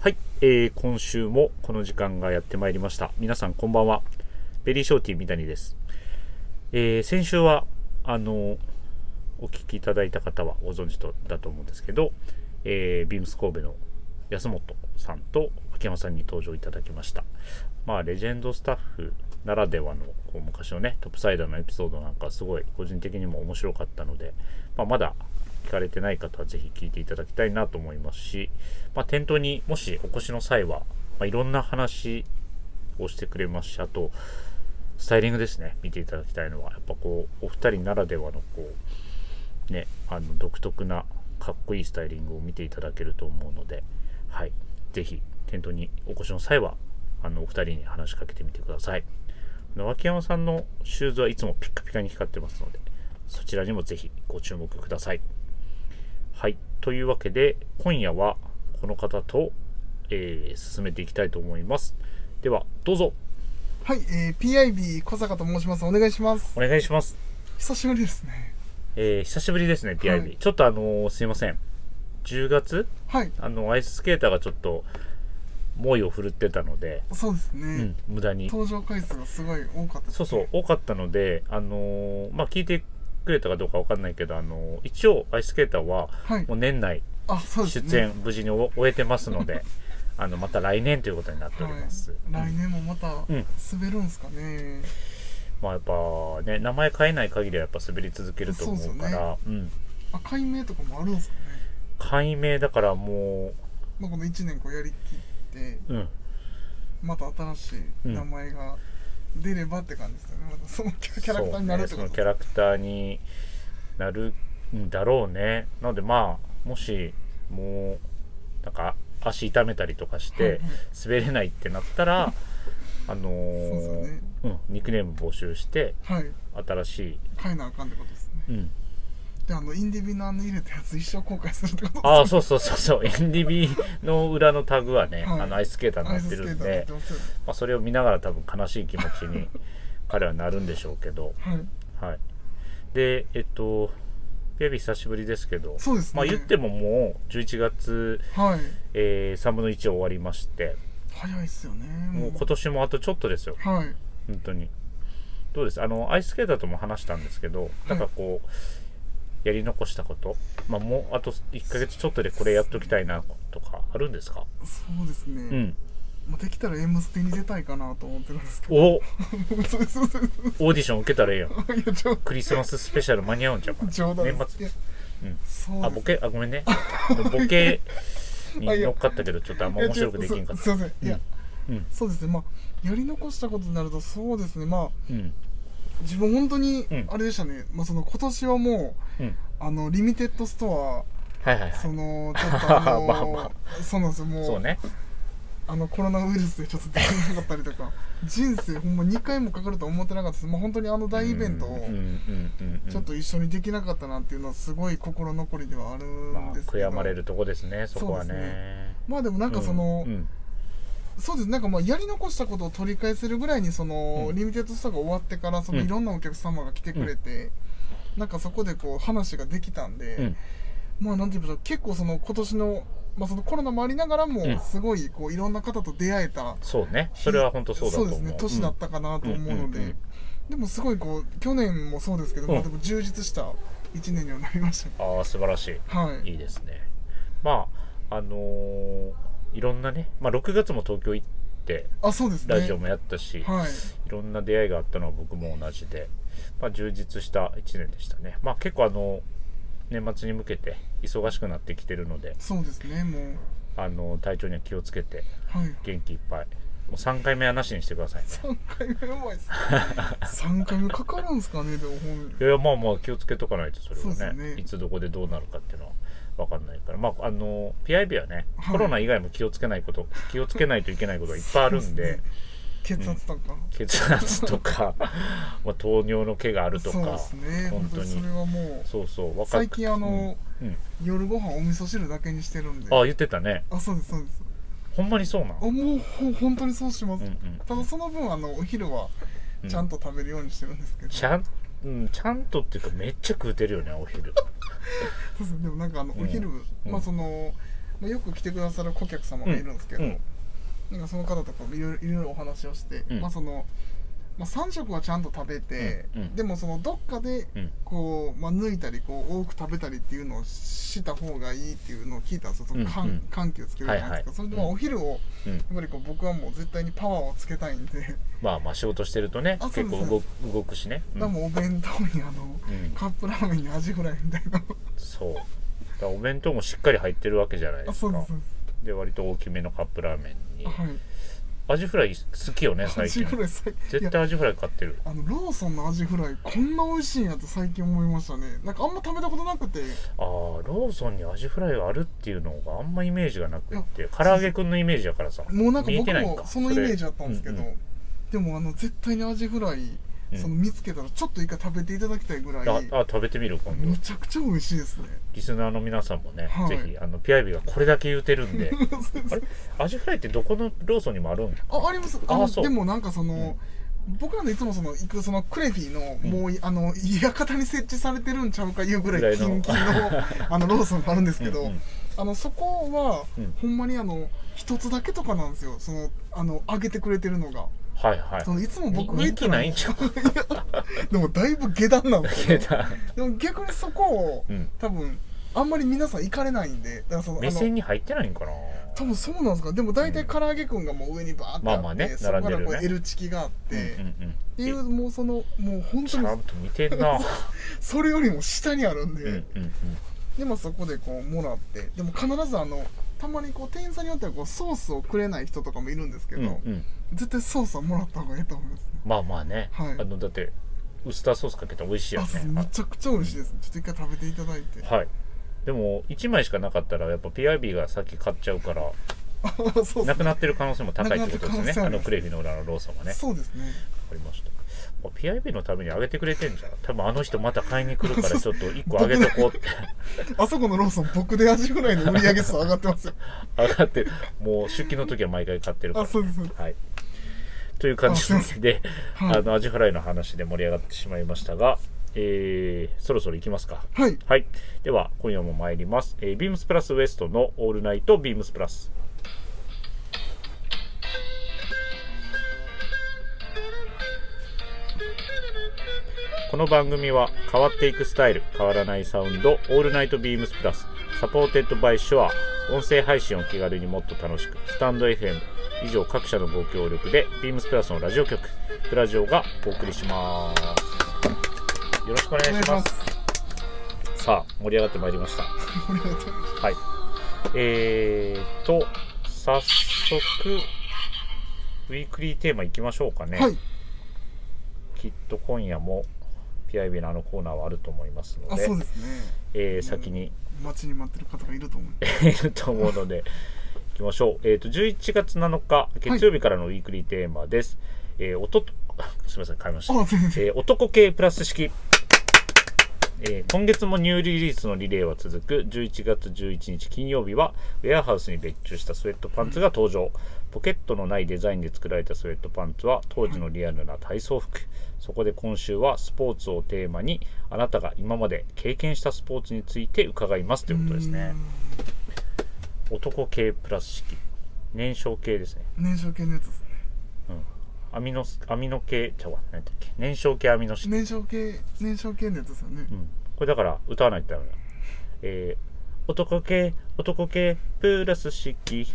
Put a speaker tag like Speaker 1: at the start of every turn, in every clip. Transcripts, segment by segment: Speaker 1: はい、えー今週もこの時間がやってまいりました。皆さんこんばんは。ベリーショーティー三谷です。えー先週は、あの、お聞きいただいた方はご存知とだと思うんですけど、えービームス神戸の安本さんと秋山さんに登場いただきました。まあ、レジェンドスタッフならではのこう昔のね、トップサイダーのエピソードなんかすごい個人的にも面白かったので、まあ、まだ聞かれてない方はぜひ聞いていただきたいなと思いますし、まあ、店頭にもしお越しの際は、まあ、いろんな話をしてくれますし、あと、スタイリングですね、見ていただきたいのは、やっぱこう、お二人ならではのこう、ね、あの独特なかっこいいスタイリングを見ていただけると思うので、はい、ぜひ店頭にお越しの際は、あのお二人に話しかけてみてください。あの脇山さんのシューズはいつもピッカピカに光ってますので、そちらにもぜひご注目ください。はい。というわけで、今夜はこの方と、えー進めていきたいと思います。では、どうぞ、
Speaker 2: はい、えー、PIB 小坂と申します。お願いします
Speaker 1: お。願いします。
Speaker 2: 久しぶりですね。
Speaker 1: えー久しぶりですね、PIB。
Speaker 2: はい
Speaker 1: ちょっとあのーすいません。10月、
Speaker 2: はい、
Speaker 1: あの、アイススケーターがちょっと、猛威を振るってたので、
Speaker 2: そうですね。
Speaker 1: うん、無駄に。
Speaker 2: 登場回数がすごい多かったです
Speaker 1: そうそう、多かったので、あのーまあ、聞いてくれたかどうかわかんないけど、あのー一応、アイススケーターは、
Speaker 2: はい
Speaker 1: も。う年内、
Speaker 2: あ、そうですね。
Speaker 1: 出演、無事に終えてますの で、あの、また来年ということになっております。
Speaker 2: はい。来年もまた
Speaker 1: うん
Speaker 2: 滑るんすかね。
Speaker 1: まあやっぱね、名前変えない限りはやっぱ滑り続けると思うから、うん。
Speaker 2: あ、解明とかもあるんすかね。
Speaker 1: 解明だからも
Speaker 2: まあ、この1年こうやりきって、
Speaker 1: う、うん。
Speaker 2: また新しい名前が出ればって感じですよね。またそのキャキャラクターになるって
Speaker 1: そう
Speaker 2: こ
Speaker 1: ね、その
Speaker 2: と
Speaker 1: キャラクターになるんだろうね。なのでまあ、もし、もう、なんか足痛めたりとかし
Speaker 2: はいは
Speaker 1: て
Speaker 2: い、
Speaker 1: 滑れないってなった ら、あのー
Speaker 2: そうですよね
Speaker 1: うん、ニックネーム募集して、
Speaker 2: はい。
Speaker 1: 新しい、
Speaker 2: 変えなあかんってことですね。
Speaker 1: うん。
Speaker 2: で、あの、インディビナーの入れたやつ一生後悔するってことですね
Speaker 1: ああ、そうそうそうそう、エンディビの裏のタグはね、
Speaker 2: はい
Speaker 1: あの、アイススケーターになってるん
Speaker 2: アイ
Speaker 1: で
Speaker 2: ススケーターになって、ますよね
Speaker 1: まあ、それを見ながら多分悲しい気持ち に彼はなるんでしょうけど、
Speaker 2: はい。
Speaker 1: はい、でえっとペアビー久しぶりですけど
Speaker 2: そうですね。
Speaker 1: まあ、言ってももう11月、
Speaker 2: はい。
Speaker 1: えー3分の1終わりまして
Speaker 2: 早いっすよね。
Speaker 1: もう今年もあとちょっとですよ
Speaker 2: はい。
Speaker 1: 本当にどうですあのアイススケーターとも話したんですけどなんかこう、やり残したこと、まあ、もうあと1ヶ月ちょっとでこれやっときたいなとかあるんですか
Speaker 2: そうですね。
Speaker 1: うん
Speaker 2: まあ、できたら M ステに出たいかなと思ってるんですけど。
Speaker 1: おオー
Speaker 2: そうそうそう。
Speaker 1: ディション受けたらええやん
Speaker 2: いや、冗
Speaker 1: クリスマススペシャル間に合うんちゃうかな
Speaker 2: 冗談です。
Speaker 1: 年末
Speaker 2: いや
Speaker 1: うん
Speaker 2: そう
Speaker 1: あ、ボケ、あ、ごめんね。ボケに乗っかったけど、ちょっとあんま面白くできんかっ
Speaker 2: す
Speaker 1: た。
Speaker 2: いません。いや、
Speaker 1: うん、
Speaker 2: そうですね。まあ、やり残したことになると、そうですね。まあ、
Speaker 1: うん、
Speaker 2: 自分本当に
Speaker 1: うん、
Speaker 2: あれでしたね。まあ、その、今年はもう、
Speaker 1: うん。
Speaker 2: あの、リミテッドスト
Speaker 1: はいはい
Speaker 2: ア、
Speaker 1: は
Speaker 2: そ
Speaker 1: い。
Speaker 2: の、ちょっとあ の、
Speaker 1: まあま
Speaker 2: そうなんですよ。も
Speaker 1: そうね。
Speaker 2: あのコロナウイルスでちょっとできなかったり とか人生ほんま2回もかかるとは思ってなかったです、まあ、本当にあの大イベント
Speaker 1: うん、
Speaker 2: を
Speaker 1: うん、うん、うん。
Speaker 2: ちょっと一緒にできなかったなっていうのはすごい心残りではある
Speaker 1: ま
Speaker 2: ん
Speaker 1: あ、
Speaker 2: で
Speaker 1: 悔
Speaker 2: すけど、
Speaker 1: やまれるとこですね、そこは
Speaker 2: そうです
Speaker 1: ね。
Speaker 2: まあでもなんかその、そうですなんかまあやり残したことを取り返せるぐらいにその、
Speaker 1: うん
Speaker 2: リミテッドストアが終わってからその
Speaker 1: うん
Speaker 2: いろんなお客様が来てくれて、なんかそこでこう話ができたんで、
Speaker 1: うん
Speaker 2: まあなんていうんでしょう結構その今年の,、まあ、そのコロナもありながら
Speaker 1: うん
Speaker 2: もすごいこういろんな方と出会えた、
Speaker 1: そうね。それは本当そうだと思う。
Speaker 2: ですね年だったかなと思うので、
Speaker 1: うんうんうん
Speaker 2: でもすごいこう去年もそうですけど、
Speaker 1: うん
Speaker 2: まあでも充実した1年にはなりましたね
Speaker 1: ああ、素晴らし。
Speaker 2: はい
Speaker 1: い
Speaker 2: い
Speaker 1: いですね。まあ、あのーいろんなね、まあ、6月も東京行って、
Speaker 2: あそうですね
Speaker 1: ラジオもやったし、
Speaker 2: はい
Speaker 1: いろんな出会いがあったのは僕も同じで、まあ、充実した1年でしたね。まあ、結構あの年末に向けて忙しくなってきてるので
Speaker 2: そうですねもう
Speaker 1: あの体調には気をつけて
Speaker 2: はい
Speaker 1: 元気いっぱいもう3回目はなしにしてください ね
Speaker 2: 3回目う まいっす3回目かかるんですかねでもほん
Speaker 1: いやいやまあまあ気をつけとかないとそれ
Speaker 2: そうで
Speaker 1: は
Speaker 2: す
Speaker 1: ね
Speaker 2: ね
Speaker 1: いつどこでどうなるかっていうのは分かんないからまああの PIB はね、
Speaker 2: はい
Speaker 1: コロナ以外も気をつけないこと気をつけないといけないことがいっぱいあるんで
Speaker 2: 血圧とか、
Speaker 1: 血圧とか まあ糖尿の毛があると
Speaker 2: そうで
Speaker 1: か
Speaker 2: すね
Speaker 1: 本
Speaker 2: 本
Speaker 1: 当
Speaker 2: 当
Speaker 1: に
Speaker 2: にそれはもう
Speaker 1: そうそう若く
Speaker 2: 最近あの、
Speaker 1: うんうん
Speaker 2: 夜ご飯お味噌汁だけにしてるんで
Speaker 1: ああ言ってたね
Speaker 2: あそうですそうです
Speaker 1: ほんまにそうなん
Speaker 2: あもうほ本当にそうしま
Speaker 1: う
Speaker 2: す、
Speaker 1: んうん
Speaker 2: ただその分あのお昼は
Speaker 1: うん
Speaker 2: ちゃんと食べるようにしてるんですけど、
Speaker 1: ちゃん、うん、ちゃんとっていうかめっちゃ食うてるよねお昼
Speaker 2: そうですねでもなんかあの
Speaker 1: うん
Speaker 2: お昼、
Speaker 1: うん
Speaker 2: まあそのまあ、よく来てくださる顧客様がいるんですけど、
Speaker 1: うん
Speaker 2: なんかその方とかもいろいろいろいろお話をして、
Speaker 1: うん
Speaker 2: まあその、まあ、3食はちゃんと食べて、
Speaker 1: うんうん
Speaker 2: でもそのどっかで
Speaker 1: うん
Speaker 2: こう、まあ、抜いたりこう多く食べたりっていうのをした方がいいっていうのを聞いたんですよその緩,、
Speaker 1: うんうん
Speaker 2: 緩急つけるじゃないですか、
Speaker 1: はいはい
Speaker 2: それでまあ
Speaker 1: うん
Speaker 2: お昼をや
Speaker 1: うん
Speaker 2: っぱりこう僕はもう絶対にパワーをつけたいんで、
Speaker 1: まあまあ仕事してるとね
Speaker 2: あそう
Speaker 1: 結
Speaker 2: です
Speaker 1: 構動く動くしね、 うん
Speaker 2: だからもうお弁当にあの
Speaker 1: うん
Speaker 2: カップラーメンにアジフライみたいな
Speaker 1: そうだからお弁当もしっかり入ってるわけじゃないで
Speaker 2: あ
Speaker 1: す
Speaker 2: そうで
Speaker 1: か
Speaker 2: すそう
Speaker 1: で割と大きめのカップラーメンに
Speaker 2: ですはい
Speaker 1: アジフライ好きよね
Speaker 2: ア
Speaker 1: 最
Speaker 2: ジ
Speaker 1: 近
Speaker 2: フライ最近い
Speaker 1: 絶
Speaker 2: や
Speaker 1: 対アジフライ買ってる
Speaker 2: あのローソンのアジフライこんな美味しいんやって最近思いましたねなんかあんま食べたことなくて
Speaker 1: ああローソンにアジフライがあるっていうのがあんまイメージがなくって
Speaker 2: い
Speaker 1: 唐揚げくんのイメージだからさ
Speaker 2: もうなんか
Speaker 1: 見え
Speaker 2: 僕
Speaker 1: てない
Speaker 2: もそのイメージあったんですけど、
Speaker 1: それ
Speaker 2: でもあの絶対にアジフライ、
Speaker 1: うん
Speaker 2: その見つけたらちょっと一回食べていただきたいぐら
Speaker 1: ああ
Speaker 2: い
Speaker 1: 食べてみる今
Speaker 2: む
Speaker 1: 度
Speaker 2: ちゃくちゃ美味しいですね
Speaker 1: リスナーの皆さんもね、
Speaker 2: はい
Speaker 1: ぜひあのピアイビがこれだけ言うてるん であれアジフライってどこのローソンにもあるん
Speaker 2: あありますあの
Speaker 1: あそう
Speaker 2: でもなんかその、僕らのいつもその行くそのクレフィのもう、あの館に設置されてるんちゃうかいうぐら
Speaker 1: ぐら
Speaker 2: い
Speaker 1: いの
Speaker 2: キンキンのあのローソンがあるんですけど、
Speaker 1: うんうん
Speaker 2: あのそこは、
Speaker 1: うん
Speaker 2: ほんまにあの一つだけとかなんですよそのあの上げてくれてるのが
Speaker 1: はいはい
Speaker 2: そのいつも僕が
Speaker 1: 人
Speaker 2: 行った
Speaker 1: 気
Speaker 2: ら
Speaker 1: ないんちゃう
Speaker 2: でもだいぶ下段なんです
Speaker 1: け
Speaker 2: よ
Speaker 1: ど
Speaker 2: でも逆にそこを、
Speaker 1: うん
Speaker 2: 多分あんまり皆さん行かれないんでだからそのあ
Speaker 1: 目
Speaker 2: の
Speaker 1: 線に入ってないんかな
Speaker 2: 多分そうなんですかでも大体唐揚げくんがもう上にバーってあって、
Speaker 1: まあまあね
Speaker 2: そこからこ
Speaker 1: 並んでるね
Speaker 2: う L チキがあって、
Speaker 1: うん
Speaker 2: っ
Speaker 1: うんうん
Speaker 2: ていうもうそのもう本
Speaker 1: ち
Speaker 2: 当
Speaker 1: ゃん
Speaker 2: に
Speaker 1: と見てんな
Speaker 2: それよりも下にあるんで、
Speaker 1: うんうんうん
Speaker 2: でもそこでこうもらってでも必ずあのたまにこう店員さんによってはこうソースをくれない人とかもいるんですけど、
Speaker 1: うんうん
Speaker 2: 絶対ソースはもらった方がいいと思いますね
Speaker 1: まあまあね、
Speaker 2: はい
Speaker 1: あのだってウスターソースかけたら美味しいや
Speaker 2: あ
Speaker 1: つ
Speaker 2: そう
Speaker 1: ね
Speaker 2: めちゃくちゃ美味しいですちょっと一回食べていただいて
Speaker 1: はいでも1枚しかなかったらやっぱ PIB がさっき買っちゃうから
Speaker 2: あそうで
Speaker 1: な
Speaker 2: す
Speaker 1: く
Speaker 2: ね
Speaker 1: なってる可能性も高いってことです
Speaker 2: なくなってる可能
Speaker 1: ね
Speaker 2: 性あ
Speaker 1: あ
Speaker 2: ります
Speaker 1: のクレフィの裏のローソンはね
Speaker 2: そうですね
Speaker 1: ありました、まあ PIB のためにあげてくれてんじゃん多分あの人また買いに来 るからちょっと1個あげとこうって
Speaker 2: あそこのローソン僕でアジフライの売り上げ数上がってますよ
Speaker 1: 上がってるもう出勤の時は毎回買ってるか
Speaker 2: あ
Speaker 1: ら
Speaker 2: そうですそうです
Speaker 1: はいという感
Speaker 2: あすいませ
Speaker 1: じであ
Speaker 2: はい
Speaker 1: のアジフライの話で盛り上がってしまいましたが、えーそろそろ行きますか
Speaker 2: はい
Speaker 1: はい。では、今夜も参ります。えービームスプラスウエストのオールナイトビームスプラス。この番組は変わっていくスタイル、変わらないサウンド、オールナイトビームスプラス、サポーテッドバイショア、音声配信を気軽にもっと楽しく、スタンド FM、以上各社のご協力で、ビームスプラスのラジオ局、プラジオがお送りします。よろしくお
Speaker 2: お
Speaker 1: 願
Speaker 2: 願
Speaker 1: い
Speaker 2: い
Speaker 1: し
Speaker 2: し
Speaker 1: ま
Speaker 2: ますす。
Speaker 1: さあ、盛り上がってまいりました。
Speaker 2: ありがとうございます
Speaker 1: はい。えーと、早速、ウィークリーテーマいきましょうかね。
Speaker 2: はい
Speaker 1: きっと今夜も PIB のあのコーナーはあると思いますの
Speaker 2: あ
Speaker 1: で、
Speaker 2: そうですね
Speaker 1: えー先に
Speaker 2: 待ちに待ってる方がいると思う
Speaker 1: いると思うので、いきましょう。えーと、11月7日、月曜日からのウィークリーテーマです。えーおとと、すみません、変えました。
Speaker 2: あ全然
Speaker 1: えー男系プラス式、えー今月もニューリリースのリレーは続く11月11日金曜日はウェアハウスに別注したスウェットパンツが登場、ポケットのないデザインで作られたスウェットパンツは当時のリアルな体操服そこで今週はスポーツをテーマにあなたが今まで経験したスポーツについて伺いますということですね男系プラス式燃焼系ですね
Speaker 2: うーん燃焼系のやつですね
Speaker 1: アミノスアミノ系ちゃうわ何だっけ燃焼系アミノ式
Speaker 2: 燃焼系燃焼系のやつですよね
Speaker 1: うんこれだから歌わないとダメだ。えー、男系、男系、プラス式。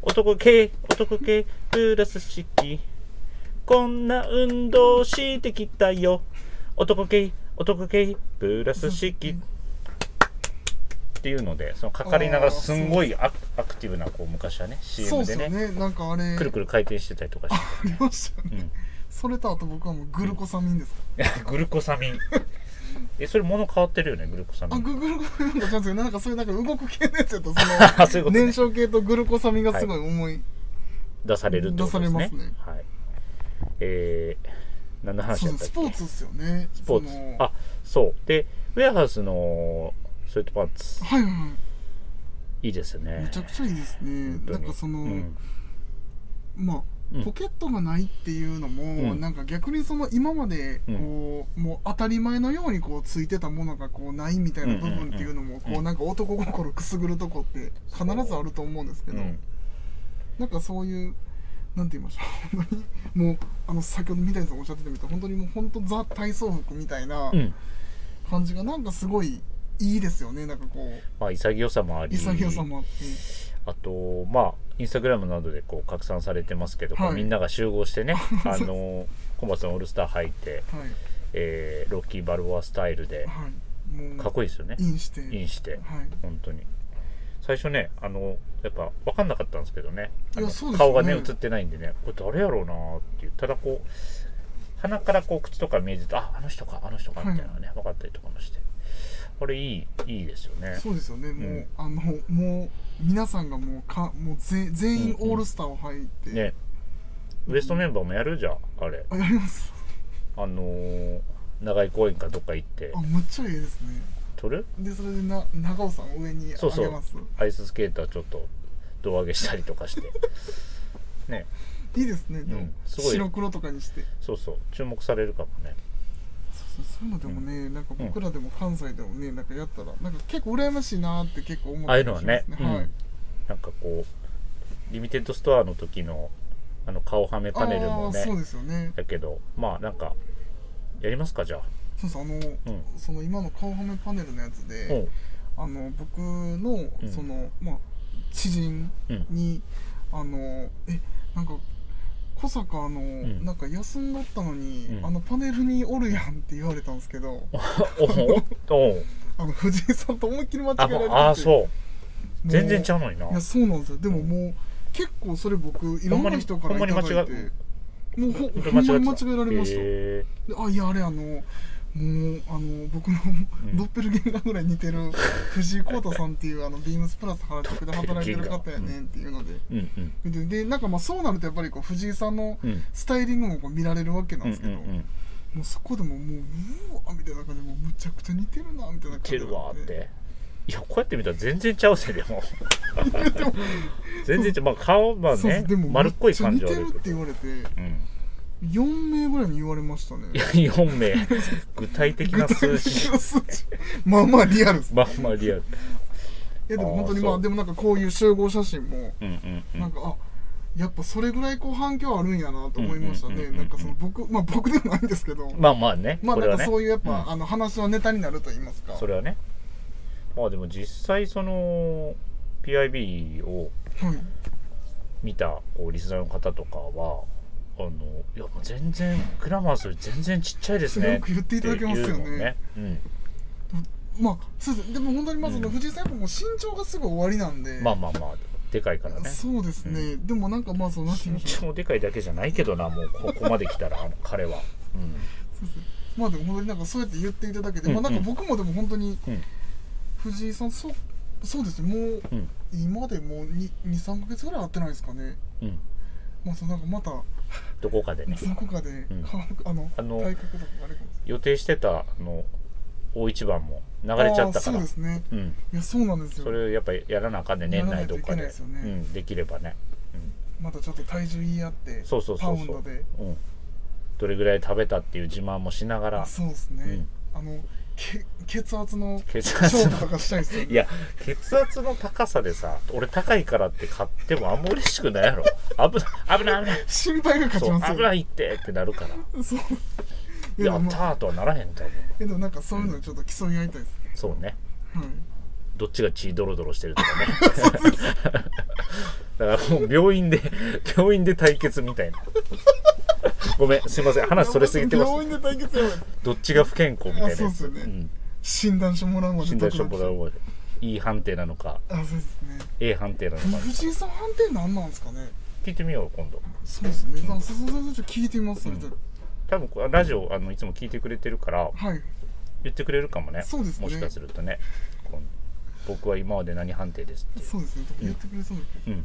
Speaker 1: 男系、男系、プラス式。こんな運動してきたよ。男系、男系、プラス式。っていうので、そのかかりながらすんごいアクアクティブな、こう、昔はね、
Speaker 2: そ
Speaker 1: CM
Speaker 2: うっす
Speaker 1: で
Speaker 2: よ
Speaker 1: ね、
Speaker 2: ねなんかあれ
Speaker 1: くるくる回転してたりとか して。
Speaker 2: ありましたよね
Speaker 1: うん
Speaker 2: それとあと僕はもうグルコサミンですか
Speaker 1: グルコサミン。え、それ物変わってるよね、グルコサミ
Speaker 2: あ
Speaker 1: ン。
Speaker 2: ググルコサミンとかちゃうんですけどなんかそういうなんか動く系のやつやとその
Speaker 1: あ そういうことね
Speaker 2: 燃焼系とグルコサミンがすごい重い
Speaker 1: 出されるってことですね。
Speaker 2: 出されますね
Speaker 1: はい。えー、何の話
Speaker 2: そう
Speaker 1: だっ
Speaker 2: で
Speaker 1: たっけ
Speaker 2: すスポーツっすよね
Speaker 1: スポーツ
Speaker 2: その
Speaker 1: あ、そう。で、ウェアハウスのスウェットパンツ、
Speaker 2: はいはいはい
Speaker 1: いいですね。
Speaker 2: めちゃくちゃいいですね
Speaker 1: 本当
Speaker 2: な
Speaker 1: に
Speaker 2: んかその、
Speaker 1: うん
Speaker 2: まあ
Speaker 1: うん
Speaker 2: ポケットがないっていうのも、
Speaker 1: うん
Speaker 2: なんか逆にその今まで
Speaker 1: うん
Speaker 2: こう、もう当たり前のようにこうついてたものがこうないみたいな部分っていうの
Speaker 1: うん
Speaker 2: も、
Speaker 1: うん
Speaker 2: こうなんか男心くすぐるとこって必ずあると思うんですけど、
Speaker 1: うん
Speaker 2: なんかそういうなんて言いましょう本当にもうあの先ほど三谷さんおっしゃってたみたいに本当にもう本当ザ体操服みたいな
Speaker 1: うん
Speaker 2: 感じがなんかすごいいいですよねなんかこう
Speaker 1: まあ、潔さもあり
Speaker 2: 潔さもあって。
Speaker 1: あとまあインスタグラムなどでこう拡散されてますけど、こう
Speaker 2: はい
Speaker 1: みんなが集合して ねあのコンバースのオールスター履いて、
Speaker 2: はい、
Speaker 1: えーロッキー・バルボアスタイルで
Speaker 2: はい、もう
Speaker 1: かっこいいですよね
Speaker 2: インして
Speaker 1: インして
Speaker 2: はい、
Speaker 1: 本当に最初ねあのやっぱ分かんなかったんですけどねあ
Speaker 2: い
Speaker 1: の
Speaker 2: やそうですよ
Speaker 1: 顔
Speaker 2: ね
Speaker 1: がね映ってないんでねこれ誰やろうなーっていうただこう鼻からこう口とか見えててああの人かあの人かみたいなのがね、分かったりとかもしてこれいいいいですよね
Speaker 2: そうですよねもう、
Speaker 1: うん
Speaker 2: あのもう皆さんがもうかもうぜ全員オールスターを履いて、
Speaker 1: ねウエストメンバーもやるじゃんあれ
Speaker 2: あやります
Speaker 1: あのー長井公園かどっか行って
Speaker 2: あむっちゃいいですね
Speaker 1: 撮る
Speaker 2: でそれでな長尾さんを上に上げます
Speaker 1: そうそうアイススケーターちょっと胴上げしたりとか してね
Speaker 2: いいですねでも、
Speaker 1: うんすごい
Speaker 2: 白黒とかにして
Speaker 1: そうそう注目されるかもね
Speaker 2: そうそうそういうのでもね、なんか僕らでも関西でもねなんかやったらなんか結構羨ましいなって結構思
Speaker 1: ああ
Speaker 2: っ
Speaker 1: いう
Speaker 2: て
Speaker 1: のは
Speaker 2: し
Speaker 1: ね、
Speaker 2: ます
Speaker 1: う
Speaker 2: はい、
Speaker 1: ん、なんかこうリミテッドストアの時のあの顔はめパネルも
Speaker 2: ああそう
Speaker 1: ね
Speaker 2: ですよね
Speaker 1: だけどまあなんかやりますかじゃあ
Speaker 2: そうそうあの、
Speaker 1: うん
Speaker 2: その今の顔はめパネルのやつで、
Speaker 1: うん
Speaker 2: あの僕の
Speaker 1: うん
Speaker 2: その、まあ、知人
Speaker 1: うん
Speaker 2: に、あのえなんか小坂あの、
Speaker 1: ん
Speaker 2: なんか休んどったのに、
Speaker 1: うん
Speaker 2: あのパネルにおるやんって言われたんですけど
Speaker 1: おおおお
Speaker 2: あの藤井さんと思いっきり間違え
Speaker 1: あ
Speaker 2: られてて
Speaker 1: ああ
Speaker 2: も
Speaker 1: そう全然ちゃうのにない
Speaker 2: やそうなんですよでも
Speaker 1: うん
Speaker 2: もう、結構それ僕いろんな人からいただいて
Speaker 1: ほんまに間違
Speaker 2: もうほ
Speaker 1: 本当
Speaker 2: ほんまに間
Speaker 1: た
Speaker 2: 違えられました、
Speaker 1: へ
Speaker 2: であいやあれあのもうあの僕の
Speaker 1: うん
Speaker 2: ドッペルゲンガーぐらい似 てる藤井耕太さんっていうあのビームスプラス原宿で働いてる方やねんっていうので
Speaker 1: ーうんうん
Speaker 2: ででなんかまあそうなるとやっぱりこう藤井さんの
Speaker 1: うん
Speaker 2: スタイリングもこう見られるわけなん
Speaker 1: うん
Speaker 2: です
Speaker 1: う
Speaker 2: け
Speaker 1: ん
Speaker 2: ど、
Speaker 1: うん
Speaker 2: もうそこでももううわみたいな感じでもうむちゃくちゃ似てるなみたいな感
Speaker 1: て
Speaker 2: じで
Speaker 1: るわーっていやこうやって見たら全然ちゃうぜでも 全然ちゃうまあ顔まあ
Speaker 2: そうそう
Speaker 1: ね
Speaker 2: でも
Speaker 1: 丸っこい感じ
Speaker 2: め
Speaker 1: はあ
Speaker 2: っちゃ似てるって
Speaker 1: るけど
Speaker 2: 言われて
Speaker 1: うん
Speaker 2: 4名ぐらいに言われましたね
Speaker 1: いや4名具体的な数字
Speaker 2: 具体的な数字まあまあリアルです
Speaker 1: まあまあリアル
Speaker 2: いやでも本当に
Speaker 1: あー
Speaker 2: ま
Speaker 1: そ
Speaker 2: あ
Speaker 1: う
Speaker 2: でもなんかこういう集合写真も
Speaker 1: うんうんうん
Speaker 2: なんかあやっぱそれぐらいこう反響あるんやなと思いました
Speaker 1: うんうん
Speaker 2: ね
Speaker 1: うんうん
Speaker 2: なんかその僕まあ僕でもないんですけど
Speaker 1: まあまあね、
Speaker 2: まあ
Speaker 1: こ
Speaker 2: な
Speaker 1: れは
Speaker 2: んか
Speaker 1: ね
Speaker 2: そういうやっぱ
Speaker 1: ん
Speaker 2: あの話のネタになると言いますか
Speaker 1: それはねまあでも実際その PIB を
Speaker 2: はい
Speaker 1: 見たこうリスナーの方とかはあのいやもう全然グラマースより全然ちっちゃいです
Speaker 2: それ
Speaker 1: ね
Speaker 2: よく言っていただけますよね
Speaker 1: っていうのね、
Speaker 2: まあそうですでも本当にまずその藤井さんやっぱもう身長がすぐ終わりなんで
Speaker 1: うん、まあまあまあでかいからね
Speaker 2: そうですねでもなんかまあそのなんて言い
Speaker 1: 身
Speaker 2: ましょう
Speaker 1: 長でかいだけじゃないけどなもうここまで来たらあの彼は、う
Speaker 2: そうですまあでも本当になんかそうやって言っていただけて
Speaker 1: うん
Speaker 2: まあなんか僕もでも本当に
Speaker 1: うん
Speaker 2: 藤井さんそうそうですねもうん
Speaker 1: うん
Speaker 2: 今でも23ヶ月ぐらい会ってないですかね
Speaker 1: うん、
Speaker 2: まあそのなんかまた
Speaker 1: どこかでね
Speaker 2: どこかで、
Speaker 1: うん
Speaker 2: 顔あの
Speaker 1: あの
Speaker 2: 体格とかあれかもし
Speaker 1: 予定してたあの大一番も流
Speaker 2: れない
Speaker 1: れちゃったか
Speaker 2: あーそう
Speaker 1: ら
Speaker 2: ですね
Speaker 1: うん、
Speaker 2: いやそうなんですよ
Speaker 1: それやっぱりやらなあかんね年内どっかで
Speaker 2: やらないといけないですよね
Speaker 1: うん、できればね、
Speaker 2: またちょっと体重言い合って
Speaker 1: そうそうそうそう
Speaker 2: パウンドで
Speaker 1: うん、どれぐらい食べたっていう自慢もしながら
Speaker 2: あそうですね、あのけ血圧の
Speaker 1: 血圧
Speaker 2: 勝負と
Speaker 1: の
Speaker 2: かしたいですよね
Speaker 1: いや血圧の高さでさ俺高いからって買ってもあんま嬉しくないやろ 危ない危ない危ない
Speaker 2: 心配が勝ち
Speaker 1: そう
Speaker 2: ますよ
Speaker 1: 危ないってってなるから
Speaker 2: そういや
Speaker 1: や
Speaker 2: で
Speaker 1: っ
Speaker 2: も
Speaker 1: たーとはならへんと思
Speaker 2: えでもなんかそういうのちょっと競い合いたいですね、
Speaker 1: うそうね
Speaker 2: はい
Speaker 1: どっちが血ドロドロしてると かねだからもう病院で病院で対決みたいなごめんすいません話それすぎてます
Speaker 2: 病院で対決やばいです
Speaker 1: どっちが不健康みたいなやつ
Speaker 2: あそうですよね
Speaker 1: ん
Speaker 2: 診断書もらうまで
Speaker 1: 診断書もらう
Speaker 2: う
Speaker 1: までいい判定なのか
Speaker 2: あそうですね
Speaker 1: A 判定なのか
Speaker 2: 藤井さん判定なんなんですかね
Speaker 1: 聞いてみよう今度
Speaker 2: そうですねなんかそうそうそうちょっと聞いてみますそれで、
Speaker 1: 多分これラジオあのいつも聞いてくれてるから
Speaker 2: はい
Speaker 1: 言ってくれるかもね
Speaker 2: そうですね
Speaker 1: もしかするとねこう僕は今まで何判定ですって
Speaker 2: そうですね。多分言ってくれそうだけ
Speaker 1: うん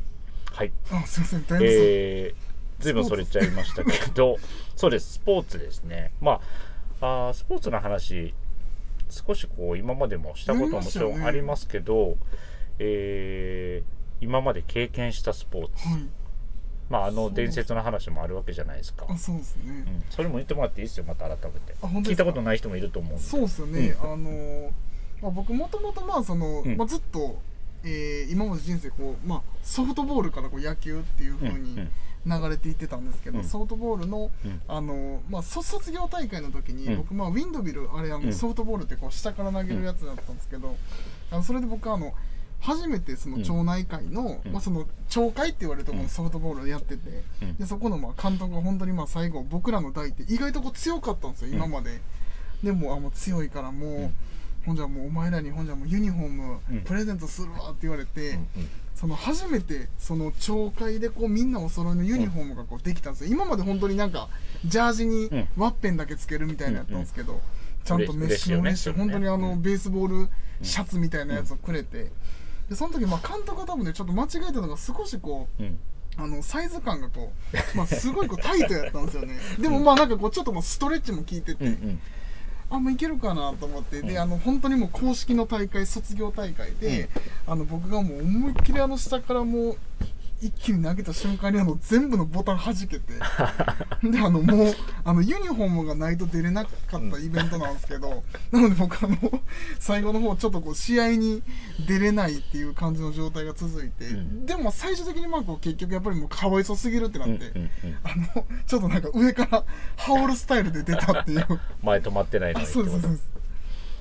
Speaker 1: はい
Speaker 2: ど。あ、すいません。だいぶそう、
Speaker 1: えー、ずいぶんそれちゃいましたけど そうですスポーツですねまああースポーツの話少しこう今までもしたことももちろんありますけど、えー今まで経験したスポーツ
Speaker 2: はい。
Speaker 1: まああの
Speaker 2: そう
Speaker 1: 伝説の話もあるわけじゃないですか、
Speaker 2: あそうです
Speaker 1: う
Speaker 2: ね、
Speaker 1: ん、それも言ってもらっていいですよまた改めて
Speaker 2: あ
Speaker 1: 聞
Speaker 2: 本当で
Speaker 1: い
Speaker 2: す
Speaker 1: た
Speaker 2: か
Speaker 1: ことない人もいると思うんで
Speaker 2: そうですよね、あのーまあ、僕もともとまあその、
Speaker 1: うん
Speaker 2: まあ、ずっと、えー今まで人生こう、まあ、ソフトボールからこう野球っていう風
Speaker 1: うんう
Speaker 2: に
Speaker 1: ん
Speaker 2: 流れていってたんですけど、
Speaker 1: うん
Speaker 2: ソフトボールの、
Speaker 1: うん
Speaker 2: あのーまあ、そ卒業大会の時に、
Speaker 1: うん
Speaker 2: 僕、まあ、ウィンドビルあれあ
Speaker 1: う
Speaker 2: の
Speaker 1: ん
Speaker 2: ソフトボールってこう下から投げるやつだったんですけど、あのそれで僕はあの初めてその
Speaker 1: うん
Speaker 2: 町内会の、
Speaker 1: うん
Speaker 2: まあ、その町会って言われるところ
Speaker 1: うん
Speaker 2: のソフトボールをやってて、
Speaker 1: うん
Speaker 2: でそこのまあ監督が本当にまあ最後僕らの代って意外とこう強かったんですよ
Speaker 1: うん
Speaker 2: 今まで、でもうあもう強いからもう、
Speaker 1: うん
Speaker 2: ほんじゃもうお前らにほんじゃもうユニフォーム
Speaker 1: うん
Speaker 2: プレゼントするわって言われて、
Speaker 1: うんうん
Speaker 2: その初めてその町会でこうみんなお揃いのユニフォームがこうできたんですよ今まで本当になんかジャージに
Speaker 1: うん
Speaker 2: ワッペンだけつけるみたいなやったんですけど、ちゃんとメッ
Speaker 1: 嬉しい
Speaker 2: シ
Speaker 1: よ
Speaker 2: の
Speaker 1: ね
Speaker 2: メッシ、
Speaker 1: それね
Speaker 2: 本当にあの、
Speaker 1: うん
Speaker 2: ベースボールシャツみたいなやつをくれて、でその時まあ監督は多分ねちょっと間違えたのが少しこう
Speaker 1: うん
Speaker 2: あのサイズ感がこう、まあ、すごいこうタイトやったんですよねでもまあなんかこうちょっともうストレッチも効いてて、
Speaker 1: うんうん
Speaker 2: あもういけるかなと思って
Speaker 1: う
Speaker 2: で、
Speaker 1: ん
Speaker 2: あの本当にもう公式の大会卒業大会で、あの僕がもう思いっきりあの下からもう一気に投げた瞬間にあの全部のボタン 弾けてであのもうあのユニフォームがないと出れなかったイベントなんですけど、なので僕あの最後の方ちょっとこう試合に出れないっていう感じの状態が続いて、
Speaker 1: うん
Speaker 2: でも最終的にまあこう結局やっぱりもうかわいそうすぎるってなっ
Speaker 1: うん
Speaker 2: て。
Speaker 1: うんうん
Speaker 2: あのちょっとなんか上から羽織るスタイルで出たっていう
Speaker 1: 前止まってないの
Speaker 2: あ
Speaker 1: にって
Speaker 2: そう
Speaker 1: こ
Speaker 2: ですそ
Speaker 1: と
Speaker 2: うです